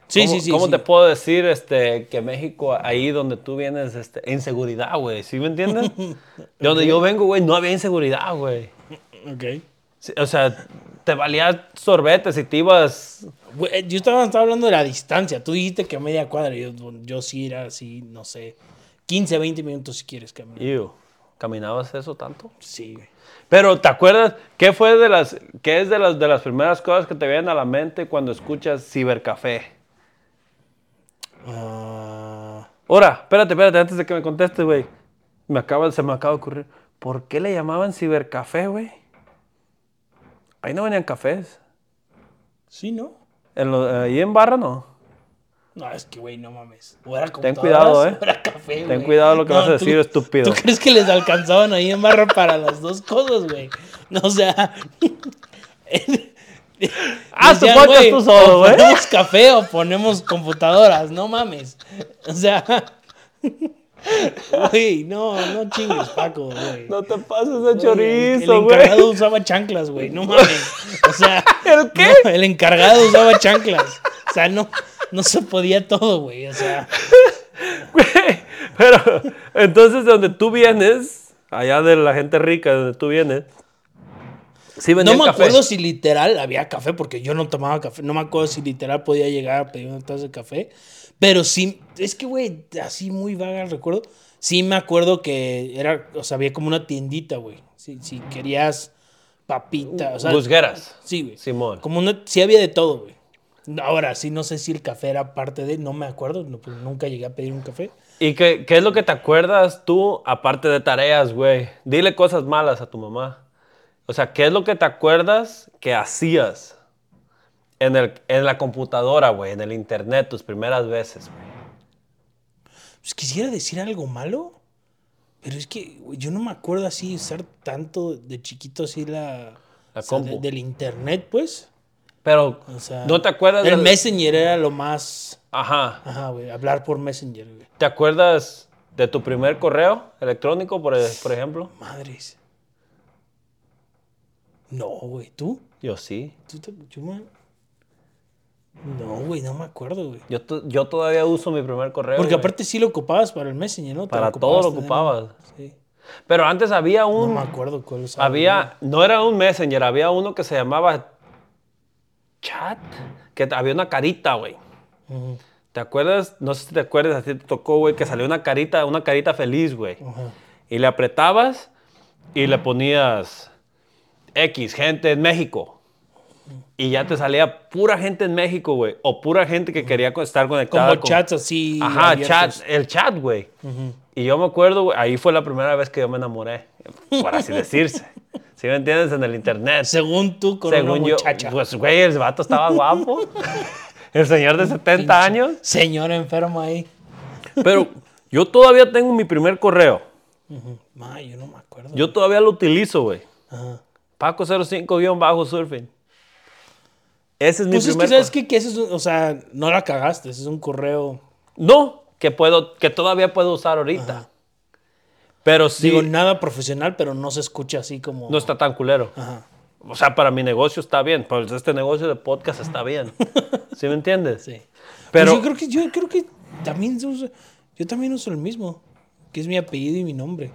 Sí, ¿Cómo, sí, sí. ¿Cómo sí. te puedo decir este, que México, ahí donde tú vienes, este, inseguridad, güey? ¿Sí me entiendes? De donde yo vengo, güey, no había inseguridad, güey. Ok. Sí, O sea, te valías sorbetes y te ibas... Güey, eh, Yo estaba, estaba hablando de la distancia. Tú dijiste que a media cuadra. Yo, yo sí era así, no sé. 15, 20 minutos si quieres caminar. Ew, ¿Caminabas eso tanto? Sí, güey. Pero, ¿te acuerdas qué fue de las... qué es de las, de las primeras cosas que te vienen a la mente cuando escuchas cibercafé? Ah, Ahora, espérate, espérate, antes de que me contestes, güey. Me acaba, se me acaba de ocurrir. ¿Por qué le llamaban cibercafé, güey? Ahí no venían cafés. sí, ¿no? En lo- ahí en barra no. No, es que, güey, no mames. O era Ten cuidado, computadoras eh. o era café, Ten güey. cuidado lo que vas a tú- decir, estúpido. ¿Tú crees que les alcanzaban ahí en barra para las dos cosas, güey? No, o sea... Haz tu decían, podcast güey, Ah, tú solo, o güey. Ponemos café o ponemos computadoras, no mames. O sea... Güey, no, no chingues, Paco, güey. No te pases de el, chorizo, encargado güey. usaba chanclas, güey. No mames. O sea, ¿El qué? no, el encargado usaba chanclas. O sea, no, no se podía todo, güey. O sea, Güey, Pero entonces de donde tú vienes, allá de la gente rica, de donde tú vienes, sí no vendían me café. acuerdo si literal había café, porque yo no tomaba café. No me acuerdo si literal podía llegar a pedir una taza de café. Pero sí, es que, güey, así muy vaga el recuerdo. Sí me acuerdo que era, o sea, había como una tiendita, güey. Si, si querías papitas, o sea, Pues Busgueras. sí, güey. Simón. Como una, sí había de todo, güey. Ahora sí, no sé si el café era parte de, no me acuerdo, no, pues, nunca llegué a pedir un café. ¿Y qué, qué es lo que te acuerdas tú, aparte de tareas, güey? Dile cosas malas a tu mamá. O sea, ¿qué es lo que te acuerdas que hacías en, el, en la computadora, güey? En el internet, tus primeras veces, güey. Pues quisiera decir algo malo, pero es que güey, yo no me acuerdo así usar tanto de chiquito así la, La o sea, de- compu. del internet, pues. Pero, O sea, ¿no te acuerdas El del- Messenger era lo más, Ajá. ajá, güey, hablar por Messenger, güey. ¿Te acuerdas de tu primer correo electrónico, por, e-, por ejemplo? Madres. No, güey, ¿tú? Yo sí. ¿Tú te, yo me- No, güey, no me acuerdo, güey. Yo, to- yo todavía uso mi primer correo. Porque güey. aparte sí lo ocupabas para el Messenger, ¿no? Te Para ocupabas todo lo tener- ocupabas. Sí. Pero antes había No un... me acuerdo cuál usaba. Había, no era un Messenger, había uno que se llamaba Chat, que t- había una carita, güey. Ujú, ¿Te acuerdas? No sé si te acuerdas, a ti te tocó, güey, que salió una carita, una carita feliz, güey. ajá. Y le apretabas y le ponías X, gente en México. Y ya te salía pura gente en México, güey. O pura gente que quería co- estar conectada. Como con- chats así. Ajá, abiertos. chat, el chat, güey. Y yo me acuerdo, güey, ahí fue la primera vez que yo me enamoré. por así decirse. Si me entiendes, en el internet. Según tú, con Según una yo, muchacha. pues güey, el vato estaba guapo. El señor de 70 años. Señor enfermo ahí. Pero yo todavía tengo mi primer correo. Ujú. Ma, yo no me acuerdo. Yo todavía lo utilizo, güey. Ajá. Paco05-surfing. Ese es mi Pues es que primer sabes correo. que, que eso es, un- o sea, no la cagaste, ese es un correo. No, que, puedo, que todavía puedo usar ahorita. Pero sí, Digo, nada profesional, pero no se escucha así como. no está tan culero. Ajá. Pues O sea, para mi negocio está bien. Para este negocio de podcast está bien. ¿Sí me entiendes? Sí. Pero Pero- yo creo que yo creo que también se usa- yo también uso el mismo, que es mi apellido y mi nombre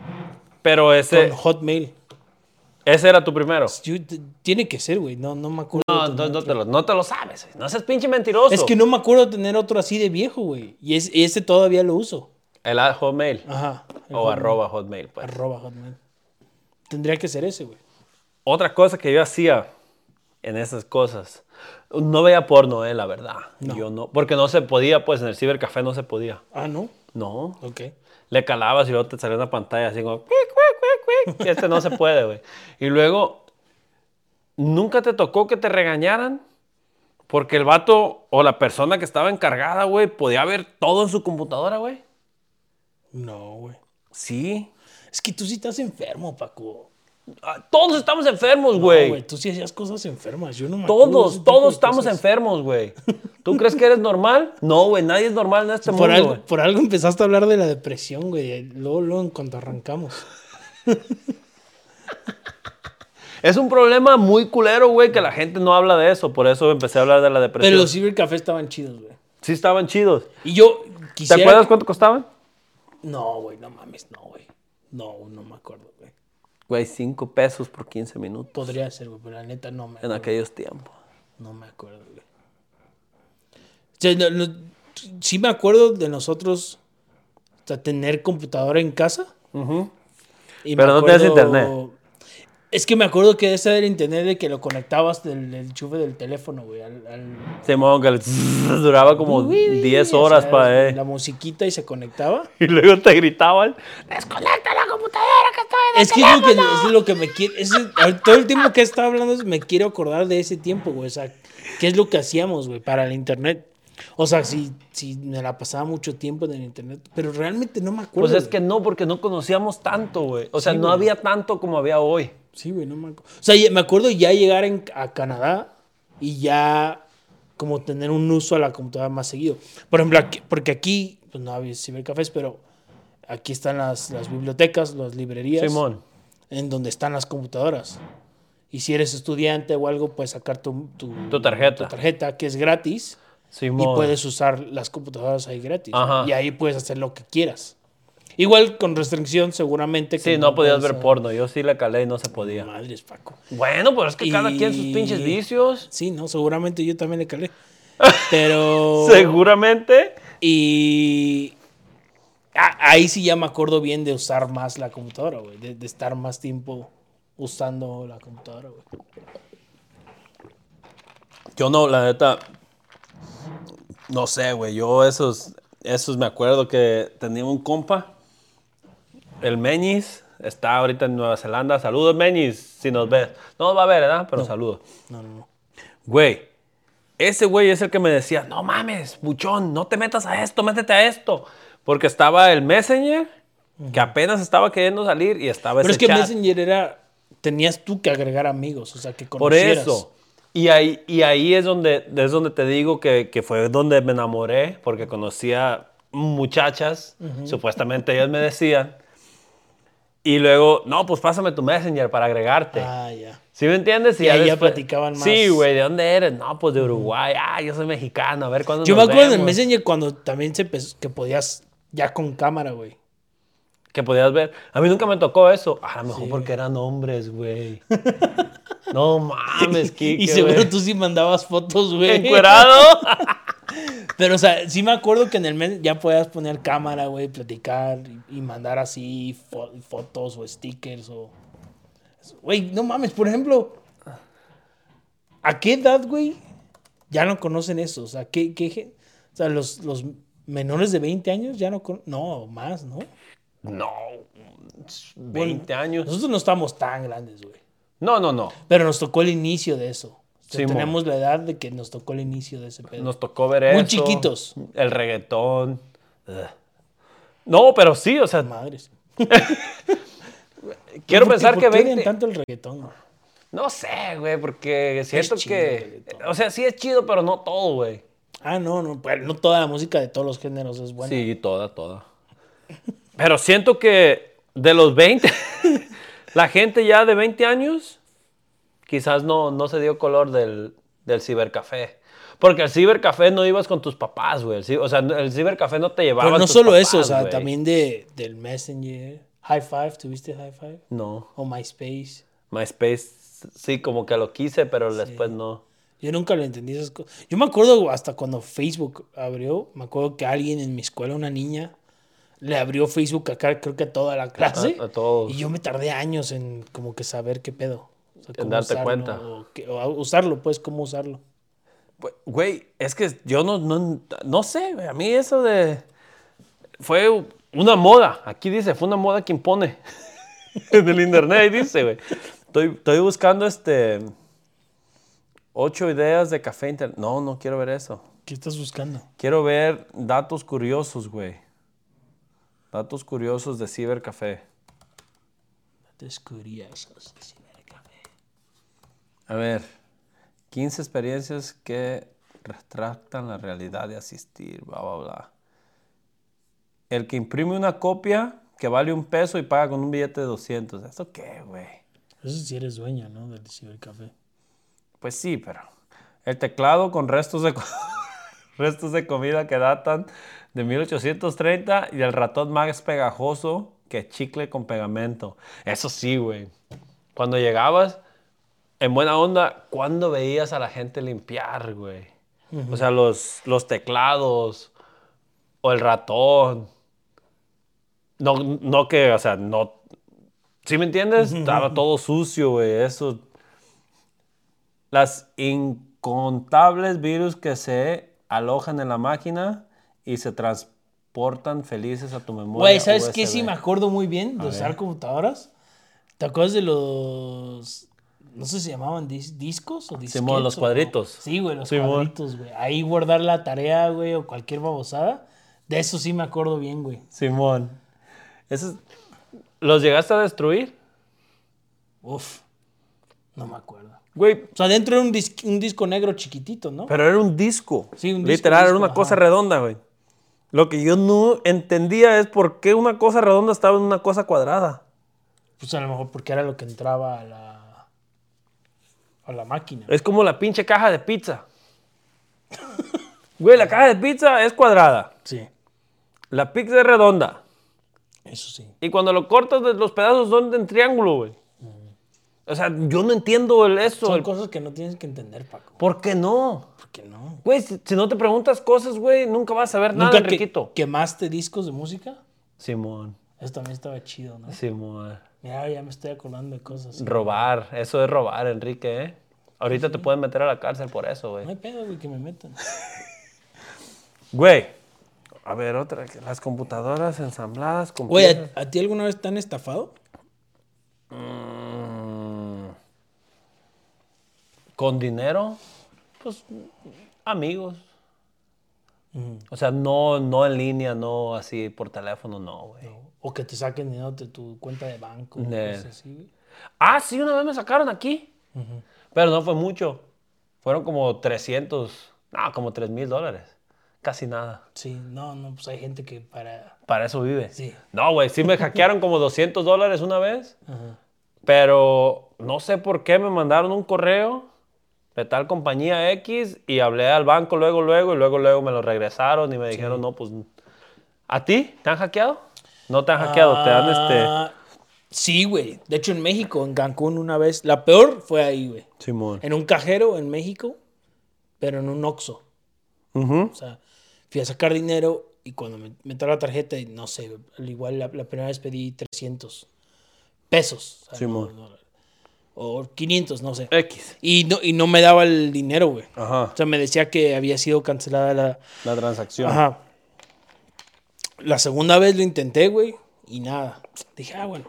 Pero ese, con Hotmail. ese era tu primero. Yo- t- tiene que ser, güey. No, no me acuerdo. de No, tener no, no otro. te lo, no te lo sabes. güey. No seas pinche mentiroso. Es que no me acuerdo de tener otro así de viejo, güey. Y es, ese todavía lo uso. El at hotmail. Ajá. Ah, el o Hotmail. arroba hotmail. pues. Arroba Hotmail. Tendría que ser ese, güey. Otra cosa que yo hacía en esas cosas. No veía porno, eh, la verdad. Yo no. Porque no se podía, pues en el cibercafé no se podía. Ah, no. No. Ok. Le calabas y luego te salía una pantalla así como. "Cuic, cuic, cuic, cuic". Este no se puede, güey. Y luego. Nunca te tocó que te regañaran. Porque el vato o la persona que estaba encargada, güey, podía ver todo en su computadora, güey. No, güey. Sí. Es que tú sí estás enfermo, Paco. Ah, Todos estamos enfermos, No, güey. Tú sí hacías cosas enfermas. Yo no me acuerdo de ese todos, tipo de todos estamos cosas. enfermos, güey. ¿Tú crees que eres normal? No, güey, nadie es normal en este Por mundo. algo, güey. por algo empezaste a hablar de la depresión, güey. Luego, luego en cuanto arrancamos. Es un problema muy culero, güey, que la gente no habla de eso. Por eso empecé a hablar de la depresión. Pero los cibercafés estaban chidos, güey. Sí estaban chidos. Y yo ¿Te quisiera... acuerdas cuánto costaban? No, güey, no mames, no, güey. No, no me acuerdo, güey. Güey, 5 pesos por 15 minutos Podría ser, güey, pero la neta no me en acuerdo. aquellos tiempos. No me acuerdo, güey. O sea, no- no- sí me acuerdo de nosotros o sea, tener computadora en casa. Y me Pero no tenías internet. Es que me acuerdo que ese era el internet de que lo conectabas del, del enchufe del teléfono, güey, al- al, Simón, que le zzzz, duraba como Uy, 10 o horas sea, para eh. La musiquita y se conectaba. Y luego te gritaban, desconecta la computadora que estoy en este el Es que es lo que, es lo que me quiere. es- ahor- todo el tiempo que estaba hablando es- me quiero acordar de ese tiempo, güey. O sea, ¿qué es lo que hacíamos, güey, para el internet? O sea, si, si me la pasaba mucho tiempo en el internet, pero realmente no me acuerdo. Pues es güey. que no, porque no conocíamos tanto, güey. O sea, Sí, no güey. había tanto como había hoy. Sí, güey, no me acuerdo. O sea, ya- me acuerdo ya llegar en- a Canadá y ya como tener un uso a la computadora más seguido. Por ejemplo, aquí- porque aquí, pues no había cibercafés, pero aquí están las, las bibliotecas, las librerías. Simón. en donde están las computadoras. Y si eres estudiante o algo, puedes sacar tu, Tu tarjeta. tu tarjeta, que es gratis, Simón. y puedes usar las computadoras ahí gratis. Ajá. Y ahí puedes hacer lo que quieras. Igual con restricción, seguramente. que Sí, no podías puedes, ver eh, porno. Yo sí la calé y no se podía. Madres, Paco. Bueno, pues es que cada quien sus Y- pinches vicios. Sí, no, seguramente yo también le calé. Pero. Seguramente. Y. a- ahí sí ya me acuerdo bien de usar más la computadora, güey. De, de estar más tiempo usando la computadora, güey. Yo no, la neta. No sé, güey. Yo esos, esos me acuerdo que tenía un compa. El Meñiz. Está ahorita en Nueva Zelanda. Saludos, Meñiz, si nos ves. No nos va a ver, ¿verdad? Pero saludos. No, no, no. Güey, ese güey es el que me decía, no mames, buchón, no te metas a esto, métete a esto. Porque estaba el Messenger, que apenas estaba queriendo salir y estaba ese Pero es que Pues chat. Messenger era. Tenías tú que agregar amigos, o sea, que Por conocieras. eso. Y ahí, y ahí es, donde, es donde te digo que, que fue donde me enamoré, porque conocía muchachas, supuestamente ellas me decían. Y luego, no, pues pásame tu Messenger para agregarte. Ah, ya. ¿Sí me entiendes? Y ahí ya después- platicaban más. Sí, güey, ¿de dónde eres? No, pues de Uruguay. Ah, yo soy mexicano, a ver cuándo Yo me nos acuerdo del vemos. Messenger cuando también se empezó, que podías ya con cámara, güey. Que podías ver. A mí nunca me tocó eso. A lo mejor porque eran hombres, güey. no mames, Kike, y seguro güey. tú sí mandabas fotos, güey. ¿Encuerado? Pero, o sea, sí me acuerdo que en el mes ya podías poner cámara, güey, platicar y, y mandar así fo- fotos o stickers o... Güey, no mames, por ejemplo, ¿a qué edad, güey? Ya no conocen eso, o sea, ¿qué, qué gen- o sea los, los menores de 20 años ya no conocen... No, más, ¿no? No, 20 años. Nosotros no estamos tan grandes, güey. No, no, no. Pero nos tocó el inicio de eso. O sea, Sí, mo. tenemos la edad de que nos tocó el inicio de ese pedo. Nos tocó ver eso. Muy chiquitos. El reggaetón. Ugh. No, pero sí, o sea, Madres. quiero ¿Por qué- pensar por que qué odian 20... tanto el reggaetón? güey? No sé, güey, porque siento chido el que... reggaetón. O sea, sí es chido, pero no todo, güey. Ah, no, no, pues no toda la música de todos los géneros es buena. Sí, toda, toda. Pero siento que de los 20, la gente ya de 20 años, quizás no, no se dio color del, del cibercafé. Porque el cibercafé no ibas con tus papás, güey. El ci- O sea, no- el cibercafé no te llevaba. Pero no solo eso, o sea, también de, del Messenger. High Five, ¿tuviste High Five? No. O MySpace. MySpace sí, como que lo quise, pero después no. Yo nunca lo entendí esas cosas. Yo me acuerdo hasta cuando Facebook abrió, me acuerdo que alguien en mi escuela, una niña, le abrió Facebook acá, creo que a toda la clase. A- a todos. Y yo me tardé años en como que saber qué pedo. O sea, cómo darte usarlo, cuenta. O, qué- o a- usarlo, pues, cómo usarlo. Pues, Güey, es que yo no, no, no sé, güey. A mí eso de. Fue una moda. Aquí dice, fue una moda que impone. en el internet dice, güey. Estoy, estoy buscando este. Ocho ideas de café internet. No, no quiero ver eso. ¿Qué estás buscando? Quiero ver datos curiosos, güey. Datos curiosos de cibercafé. Descubrí esos. sí, verga, güey. A ver. 15 experiencias que retratan la realidad de asistir, bla, bla, bla. El que imprime una copia que vale un peso y paga con un billete de 200. ¿Esto qué, güey? Eso sí eres dueño, ¿no? Del cibercafé. Pues sí, pero... El teclado con restos de, co- restos de comida que datan de 1830 y el ratón más pegajoso que chicle con pegamento. Eso sí, güey. Cuando llegabas, en buena onda, ¿cuándo veías a la gente limpiar, güey? O sea, los, los teclados o el ratón. No, no que, o sea, no... ¿Sí me entiendes? Estaba todo sucio, güey. Eso las incontables virus que se alojan en la máquina y se transportan felices a tu memoria. Güey, ¿sabes qué? USB? Sí, me acuerdo muy bien de usar computadoras. ¿Te acuerdas de los. No sé si llamaban dis- discos o discos? Simón, los cuadritos. Sí, güey, los Simón. cuadritos, güey. Ahí guardar la tarea, güey, o cualquier babosada. De eso sí me acuerdo bien, güey. Simón. Esos- ¿Los llegaste a destruir? Uf. No me acuerdo. Güey, O sea, dentro era un, dis- un disco negro chiquitito, ¿no? pero era un disco. Sí, un disco, Literal, era disco, una ajá. cosa redonda, güey. Lo que yo no entendía es por qué una cosa redonda estaba en una cosa cuadrada. Pues a lo mejor porque era lo que entraba a la. a la máquina. Es como la pinche caja de pizza. Güey, la caja de pizza es cuadrada. Sí, La pizza es redonda. eso sí. Y cuando lo cortas, de- los pedazos son en triángulo, güey. O sea, yo no entiendo el eso. Son el- cosas que no tienes que entender, Paco. ¿Por qué no? ¿Por qué no? Güey, si, si no te preguntas cosas, güey, nunca vas a saber nada, que- Enriquito. quemaste discos de música? Simón, Eso también estaba chido, ¿no? Simón. Mira, ya me estoy acordando de cosas. Robar, eso es robar, Enrique, ¿eh? Ahorita te pueden meter a la cárcel por eso, No güey. hay pedo, güey, que me metan. Güey. A ver, otra. que Las computadoras ensambladas con Güey, piezas. ¿a, a ti alguna vez te han estafado? Mm. ¿Con dinero? Pues amigos. O sea, no, no en línea, no así por teléfono, no, güey. ¿O que te saquen dinero de tu cuenta de banco? o Ne. cosas así, güey? Ah, sí, una vez me sacaron aquí. Pero no fue mucho. Fueron como 300, no, como 3 mil dólares. Casi nada. Sí, no, no, pues hay gente que para... Para eso vive. Sí. No, güey, sí me hackearon como 200 dólares una vez. Ajá. Pero no sé por qué me mandaron un correo de tal compañía X y hablé al banco luego, luego, y luego, luego me lo regresaron y me dijeron, no, pues, ¿a ti? ¿Te han hackeado? No te han hackeado, te dan este... Ah, Sí, güey. De hecho, en México, en Cancún una vez, la peor fue ahí, güey. Simón. En un cajero en México, pero en un Oxxo. O sea, fui a sacar dinero y cuando me, me entró la tarjeta, y no sé, al igual la, la primera vez pedí 300 pesos. o sea, Simón. no- no- o 500, no sé. X. Y no, y no me daba el dinero, güey. Ajá. O sea, me decía que había sido cancelada la... La transacción. Ajá. La segunda vez lo intenté, güey. Y nada. Dije, ah, bueno.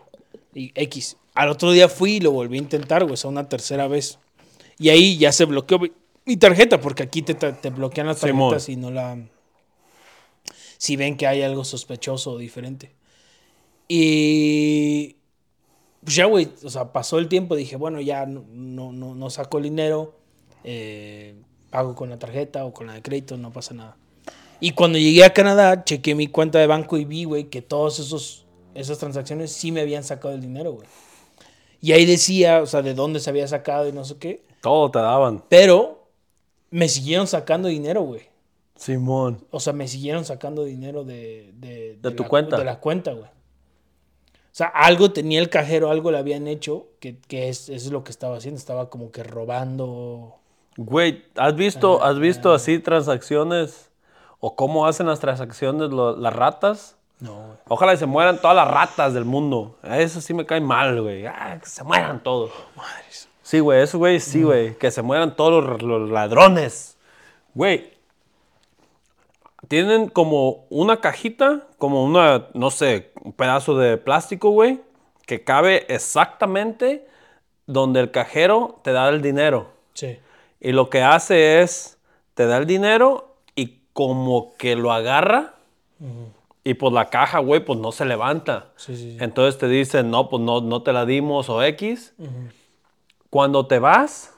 Y X. Al otro día fui y lo volví a intentar, güey. O sea, una tercera vez. Y ahí ya se bloqueó mi- mi tarjeta, porque aquí te, ta- te bloquean las Simón. tarjetas y no la. Si ven que hay algo sospechoso o diferente. Y. Pues ya, güey. O sea, pasó el tiempo. Dije, bueno, ya no, no, no, no saco el dinero. eh, pago con la tarjeta o con la de crédito, no pasa nada. Y cuando llegué a Canadá, chequeé mi cuenta de banco y vi, güey, que todas esos, esas transacciones sí me habían sacado el dinero, güey. Y ahí decía, o sea, de dónde se había sacado y no sé qué. Todo te daban. Pero me siguieron sacando dinero, güey. Simón. O sea, me siguieron sacando dinero de... De, De tu la- cuenta. De la cuenta, güey. O sea, algo tenía el cajero, algo le habían hecho, que, que es, es lo que estaba haciendo. Estaba como que robando... Güey, ¿has visto, has visto así transacciones o cómo hacen las transacciones lo- las ratas? No, güey. Ojalá y se mueran todas las ratas del mundo. Eso sí me cae mal, güey. Ah, que se mueran todos. Madres. Sí, güey, eso, güey, sí, güey. Que se mueran todos los, los ladrones. Güey. Tienen como una cajita, como una, no sé, un pedazo de plástico, güey, que cabe exactamente donde el cajero te da el dinero. Sí. Y lo que hace es, te da el dinero y como que lo agarra y pues la caja, güey, pues no se levanta. Sí, sí, sí. Entonces te dicen, no, pues no, no te la dimos o X. Cuando te vas,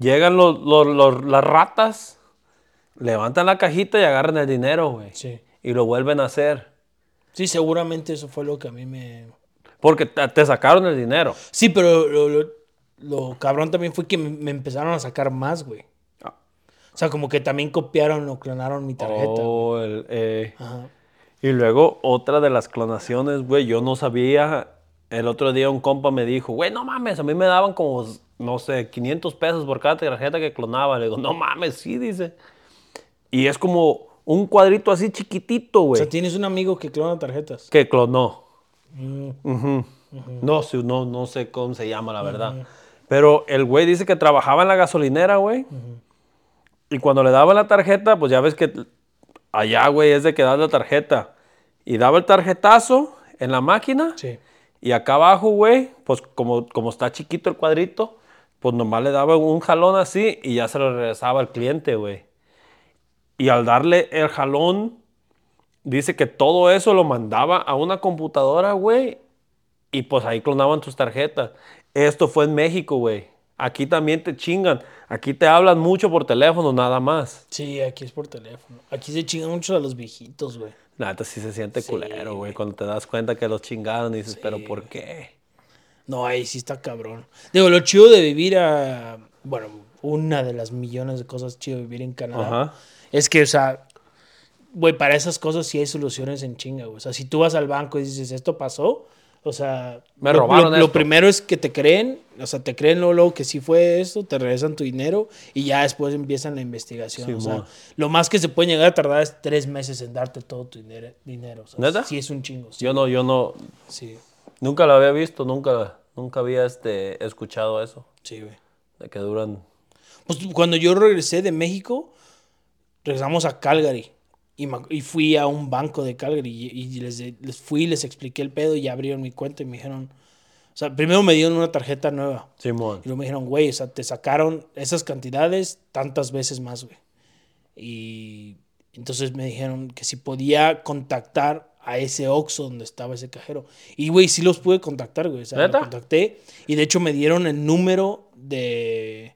llegan los- los- los- las ratas, levantan la cajita y agarran el dinero, güey. Sí. Y lo vuelven a hacer. Sí, seguramente eso fue lo que a mí me... Porque te te sacaron el dinero. Sí, pero lo, lo- lo cabrón también fue que me, me empezaron a sacar más, güey. Ah. O sea, como que también copiaron o clonaron mi tarjeta. Oh, el, eh, Ajá. Y luego otra de las clonaciones, güey, yo no sabía. El otro día un compa me dijo, güey, no mames, a mí me daban como, no sé, 500 pesos por cada tarjeta que clonaba. Le digo, no mames, sí, dice. Y es como un cuadrito así chiquitito, O güey, sea, tienes un amigo que clona tarjetas. que clonó. Mm, Ujú. no, sé, no, no sé cómo se llama, la verdad. Pero el güey dice que trabajaba en la gasolinera, güey. Y cuando le daban la tarjeta, pues ya ves que allá, güey, es de que das la tarjeta. Y daba el tarjetazo en la máquina. sí. Y acá abajo, güey, pues como, como está chiquito el cuadrito, pues nomás le daba un jalón así y ya se lo regresaba al cliente, güey. Y al darle el jalón, dice que todo eso lo mandaba a una computadora, güey, y pues ahí clonaban tus tarjetas. Esto fue en México, güey. Aquí también te chingan. Aquí te hablan mucho por teléfono, nada más. Sí, aquí es por teléfono. Aquí se chingan mucho a los viejitos, güey. Neta, sí se siente Sí, culero, güey, cuando te das cuenta que los chingaron y dices, ¿pero por qué? No, ahí sí está cabrón. Digo, lo chido de vivir a... Bueno, una de las millones de cosas chido de vivir en Canadá. Ajá. Es que, o sea, güey, para esas cosas sí hay soluciones en chinga, güey. O sea, si tú vas al banco y dices, esto pasó, o sea, Me lo, robaron lo- lo esto. primero es que te creen, o sea, te creen luego, luego que sí fue esto, te regresan tu dinero y ya después empiezan la investigación. o sea, Simón. lo más que se pueden llegar a tardar es tres meses en darte todo tu dinero. dinero o sea, ¿Neta? Sí, es un chingo. Sí, Yo no, yo no, sí, Nunca lo había visto, nunca, nunca había este, escuchado eso, sí, güey. de que duran... Pues cuando yo regresé de México, regresamos a Calgary. Y, me ac- y fui a un banco de Calgary y, y les, de- les fui, les expliqué el pedo y abrieron mi cuenta y me dijeron, o sea, primero me dieron una tarjeta nueva. Simón. Y luego me dijeron, güey, o sea, te sacaron esas cantidades tantas veces más, güey. Y entonces me dijeron que si podía contactar a ese Oxxo donde estaba ese cajero. Y, güey, sí los pude contactar, güey. O sea, ¿Neta? los contacté. Y de hecho me dieron el número de...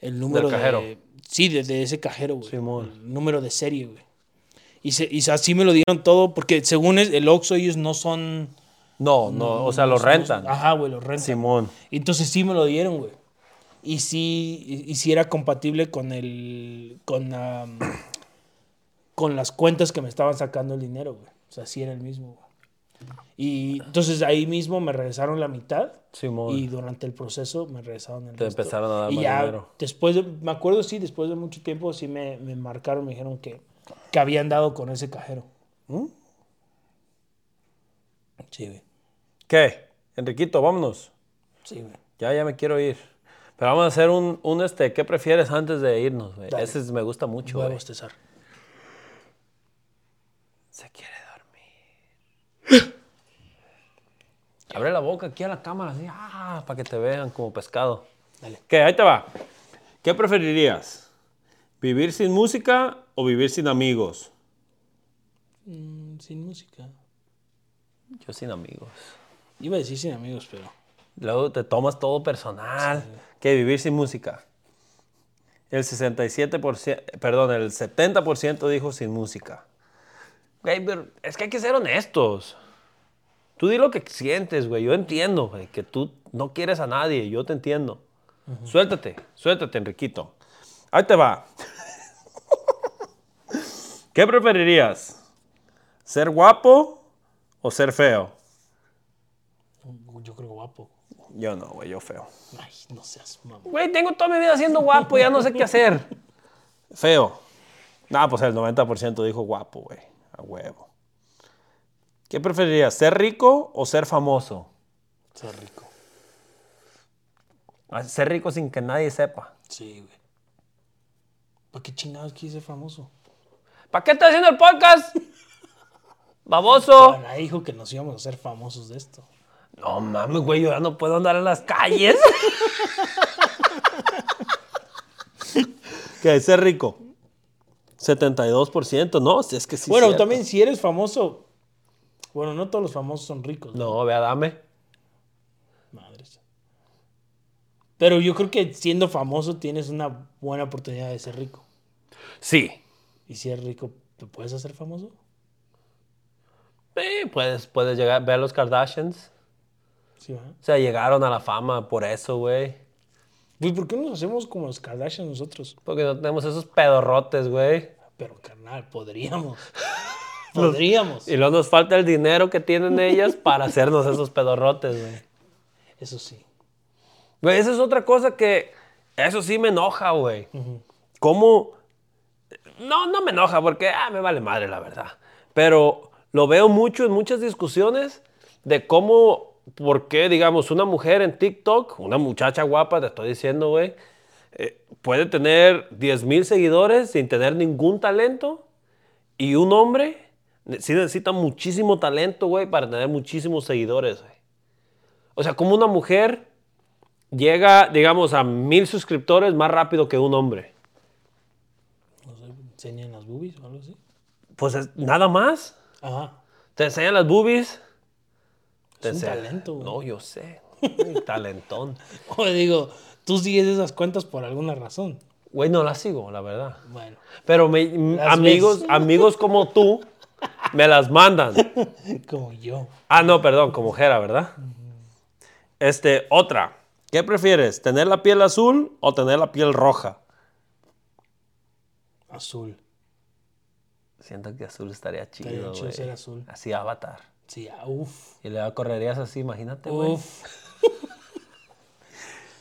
El número cajero. de... Sí, de, de ese cajero, güey. Simón. El número de serie, güey. Y, se- y así me lo dieron todo porque según es- el Oxxo ellos no son... No, no, o sea, lo no son- rentan. Ajá, güey, los rentan. Simón. Entonces sí me lo dieron, güey. Y sí, y, y sí era compatible con el. con la- con las cuentas que me estaban sacando el dinero, güey. O sea, sí era el mismo, güey. Y entonces ahí mismo me regresaron la mitad. Simón. Y durante el proceso me regresaron el Te resto. empezaron a dar y más ya dinero. Después de- me acuerdo, sí, después de mucho tiempo sí me, me marcaron, me dijeron que, que habían dado con ese cajero. ¿Mm? Sí, güey. ¿Qué? Enriquito, vámonos. Sí, güey. Ya, ya me quiero ir. Pero vamos a hacer un, un este, ¿qué prefieres antes de irnos, güey? Dale. Ese es- me gusta mucho, Voy a güey. bostezar. Se quiere dormir. Abre la boca aquí a la cámara, así, ah, para que te vean como pescado. Dale. Que ahí te va. ¿Qué preferirías? ¿Vivir sin música o vivir sin amigos? Mm, sin música. Yo sin amigos. Iba a decir sin amigos, pero. Luego te tomas todo personal. Que vivir sin música. El 67%, perdón, el 70% dijo sin música. Güey, pero es que hay que ser honestos. Tú di lo que sientes, güey. Yo entiendo, güey, que tú no quieres a nadie. Yo te entiendo. Suéltate, suéltate, Enriquito. Ahí te va. ¿Qué preferirías? ¿Ser guapo o ser feo? Yo creo guapo. Yo no, güey, yo feo. Ay, no seas mamón. Güey, tengo toda mi vida siendo guapo, ya no sé qué hacer. Feo. Nah, pues el 90% dijo guapo, güey. A huevo. ¿Qué preferirías, ser rico o ser famoso? Estás rico. Ah, Ser rico sin que nadie sepa. Sí, güey. ¿Para qué chingados quieres ser famoso? ¿Para qué estás haciendo el podcast? ¡Baboso! Ahora dijo que nos íbamos a ser famosos de esto. No mames, güey, yo ya no puedo andar en las calles. ¿Qué? Ser rico. 72%, ¿no? Si Es que sí. bueno, cierto. también si eres famoso. Bueno, no todos los famosos son ricos. No, vea, dame. Madres. Pero yo creo que siendo famoso tienes una buena oportunidad de ser rico. Sí. Y si eres rico, ¿te puedes hacer famoso? Sí, puedes, puedes llegar, ver los Kardashians. Sí, ¿verdad? O sea, llegaron a la fama por eso, güey. Güey, Pues, ¿por qué no nos hacemos como los Kardashian nosotros? Porque no tenemos esos pedorrotes, güey. Pero carnal, podríamos. podríamos. Y luego nos falta el dinero que tienen ellas para hacernos esos pedorrotes, güey. Eso sí. Güey, esa es otra cosa que. Eso sí me enoja, güey. ¿Cómo.? No, no me enoja porque ah, me vale madre, la verdad. Pero lo veo mucho en muchas discusiones de cómo. ¿Por qué, digamos, una mujer en TikTok, una muchacha guapa, te estoy diciendo, güey, eh, puede tener 10 mil seguidores sin tener ningún talento? Y un hombre ne- sí necesita muchísimo talento, güey, para tener muchísimos seguidores, güey. O sea, como una mujer llega, digamos, a mil suscriptores más rápido que un hombre. No sé, enseñan las boobies o algo así. Pues es- nada más. Ajá. Te enseñan las boobies. Te Es un enseñan- talento, güey. No, yo sé. Un Talentón. O digo, tú sigues esas cuentas por alguna razón. Güey, no la sigo, la verdad. Bueno, Pero me- m- Las amigos, ves. amigos como tú me las mandan. como yo. Ah, no, perdón, como Jera, ¿verdad? Este, otra. ¿Qué prefieres? ¿Tener la piel azul o tener la piel roja? Azul. Siento que azul estaría bien chido, chido güey. ser azul. Así avatar. Sí, ah, uf. Y le correrías así, imagínate, güey. Uf.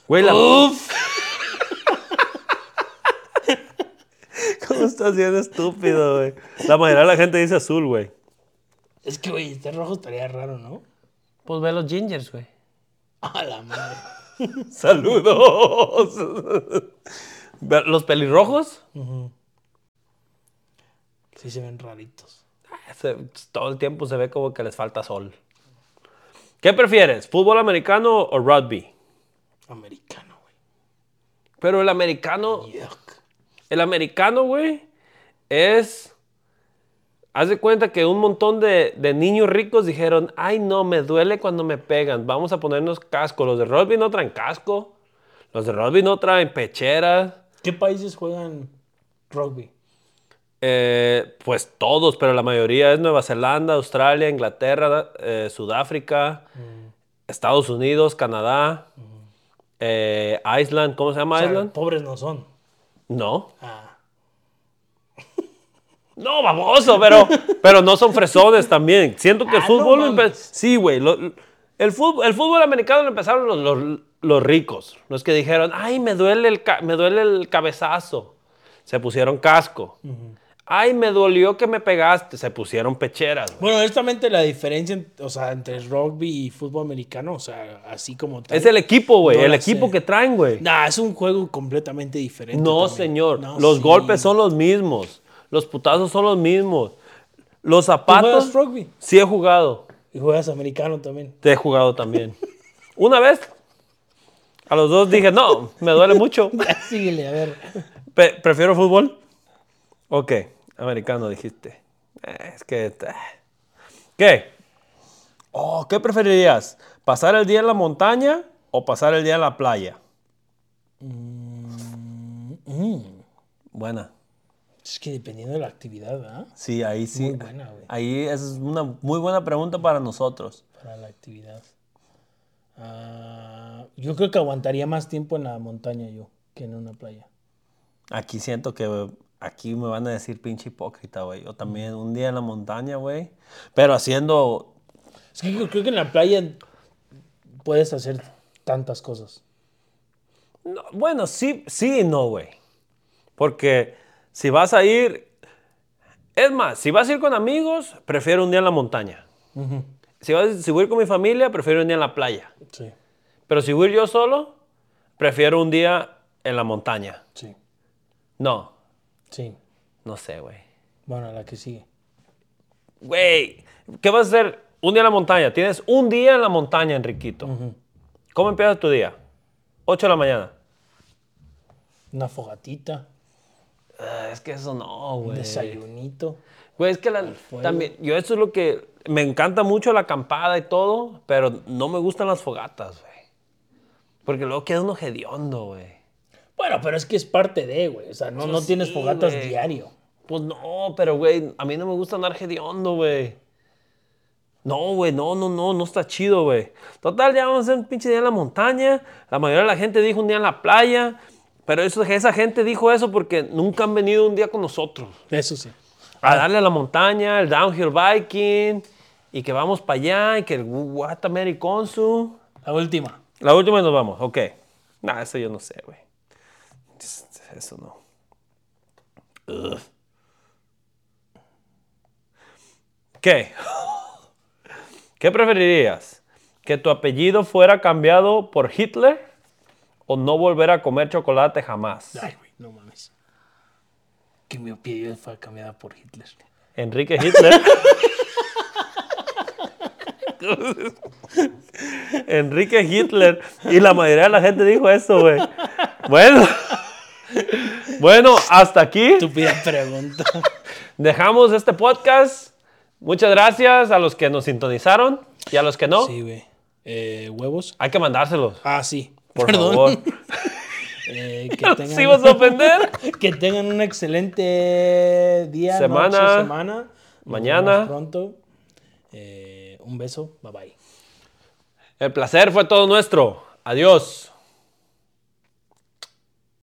Güey, la... Uf. ¿Cómo estás bien estúpido, güey? La mayoría de la gente dice azul, güey. Es que, güey, este rojo estaría raro, ¿no? Pues ve los gingers, güey. A la madre. ¡Saludos! Ve- ¿Los pelirrojos? Sí se ven raritos. ah, Se- todo el tiempo se ve como que les falta sol. ¿Qué prefieres? ¿Fútbol americano o rugby? Americano, güey. Pero el americano, Yuck. el americano, güey, es... Haz de cuenta que un montón de, de niños ricos dijeron, ay no, me duele cuando me pegan, vamos a ponernos casco. Los de rugby no traen casco, los de rugby no traen pecheras, ¿Qué países juegan rugby? Eh, pues todos, pero la mayoría es Nueva Zelanda, Australia, Inglaterra, eh, Sudáfrica, Estados Unidos, Canadá, eh, Iceland, ¿cómo se llama O sea, Iceland? pobres no son. No. Ah. No, baboso, pero, pero no son fresones también. Siento que el Ah, no fútbol... empe- mames. sí, güey. lo- el, fútbol, el fútbol americano lo empezaron los, los- los ricos. Los que dijeron, ay, me duele el, ca- me duele el cabezazo. Se pusieron casco. Ay, me dolió que me pegaste. Se pusieron pecheras. güey. Bueno, honestamente la diferencia, en- o sea, entre rugby y fútbol americano, o sea, así como tal. Es el equipo, güey. No el la equipo sé. que traen, güey. Nah, es un juego completamente diferente. No, también. señor. No, los sí. golpes son los mismos. Los putazos son los mismos. Los ¿Tú juegas zapatos. rugby? Sí he jugado. Y juegas americano también. Te he jugado también. Una vez, a los dos dije, no, me duele mucho. Síguele, a ver. Pe- ¿Prefiero fútbol? Ok, americano dijiste. Eh, Es que... eh. ¿Qué? Oh, ¿qué preferirías? ¿Pasar el día en la montaña o pasar el día en la playa? Mm, Buena. Es que dependiendo de la actividad, ¿verdad? Sí, ahí sí. Muy buena, güey. Ahí esa es una muy buena pregunta para nosotros. Para la actividad. Ah, yo creo que aguantaría más tiempo en la montaña yo que en una playa. Aquí siento que aquí me van a decir pinche hipócrita, güey. Yo también un día en la montaña, güey. Pero haciendo... Es que yo creo que en la playa puedes hacer tantas cosas. No, bueno, sí, sí y no, güey. Porque si vas a ir... Es más, si vas a ir con amigos, prefiero un día en la montaña. Si, vas- si voy a ir con mi familia, prefiero un día en la playa. Sí, Pero si voy a ir yo solo, prefiero un día en la montaña. sí, No, sí. no sé, güey. Bueno, la que sigue. Güey, ¿qué vas a hacer? Un día en la montaña. Tienes un día en la montaña, Enriquito. ¿Cómo empiezas tu día? 8 de la mañana. Una fogatita, Ah, es que eso no, un güey. desayunito. Güey, es que la- también, yo eso es lo que me encanta mucho la acampada y todo, pero no me gustan las fogatas, güey. Porque luego queda uno hediondo, güey. Bueno, pero es que es parte de, güey. O sea, no, no sí, tienes fogatas güey. diario. Pues no, pero güey, a mí no me gusta andar hediondo, güey. No, güey, no, no, no, no está chido, güey. Total, ya vamos a hacer un pinche día en la montaña. La mayoría de la gente dijo un día en la playa. Pero eso, esa gente dijo eso porque nunca han venido un día con nosotros. Eso sí. A darle a la montaña, el downhill biking. Y que vamos para allá. Y que el Watameri Consu. La última. La última y nos vamos, ok. Nah, eso yo no sé, güey. Eso no. Ugh. ¿Qué? ¿Qué preferirías? ¿Que tu apellido fuera cambiado por Hitler o no volver a comer chocolate jamás? Ay, güey, no mames. Que mi opinión fue cambiada por Hitler. Enrique Hitler. Enrique Hitler. Y la mayoría de la gente dijo eso, güey. Bueno. Bueno, hasta aquí Estúpida pregunta. dejamos este podcast. Muchas gracias a los que nos sintonizaron y a los que no. Sí, güey. Eh, ¿Huevos? Hay que mandárselos, Ah, sí. por Perdón. favor. Eh, que, ¿Sí vas a tengan, ofender? que tengan un excelente día, semana, Semana. semana. Nos Mañana. vemos Pronto. Eh, un beso. Bye bye. El placer fue todo nuestro. Adiós.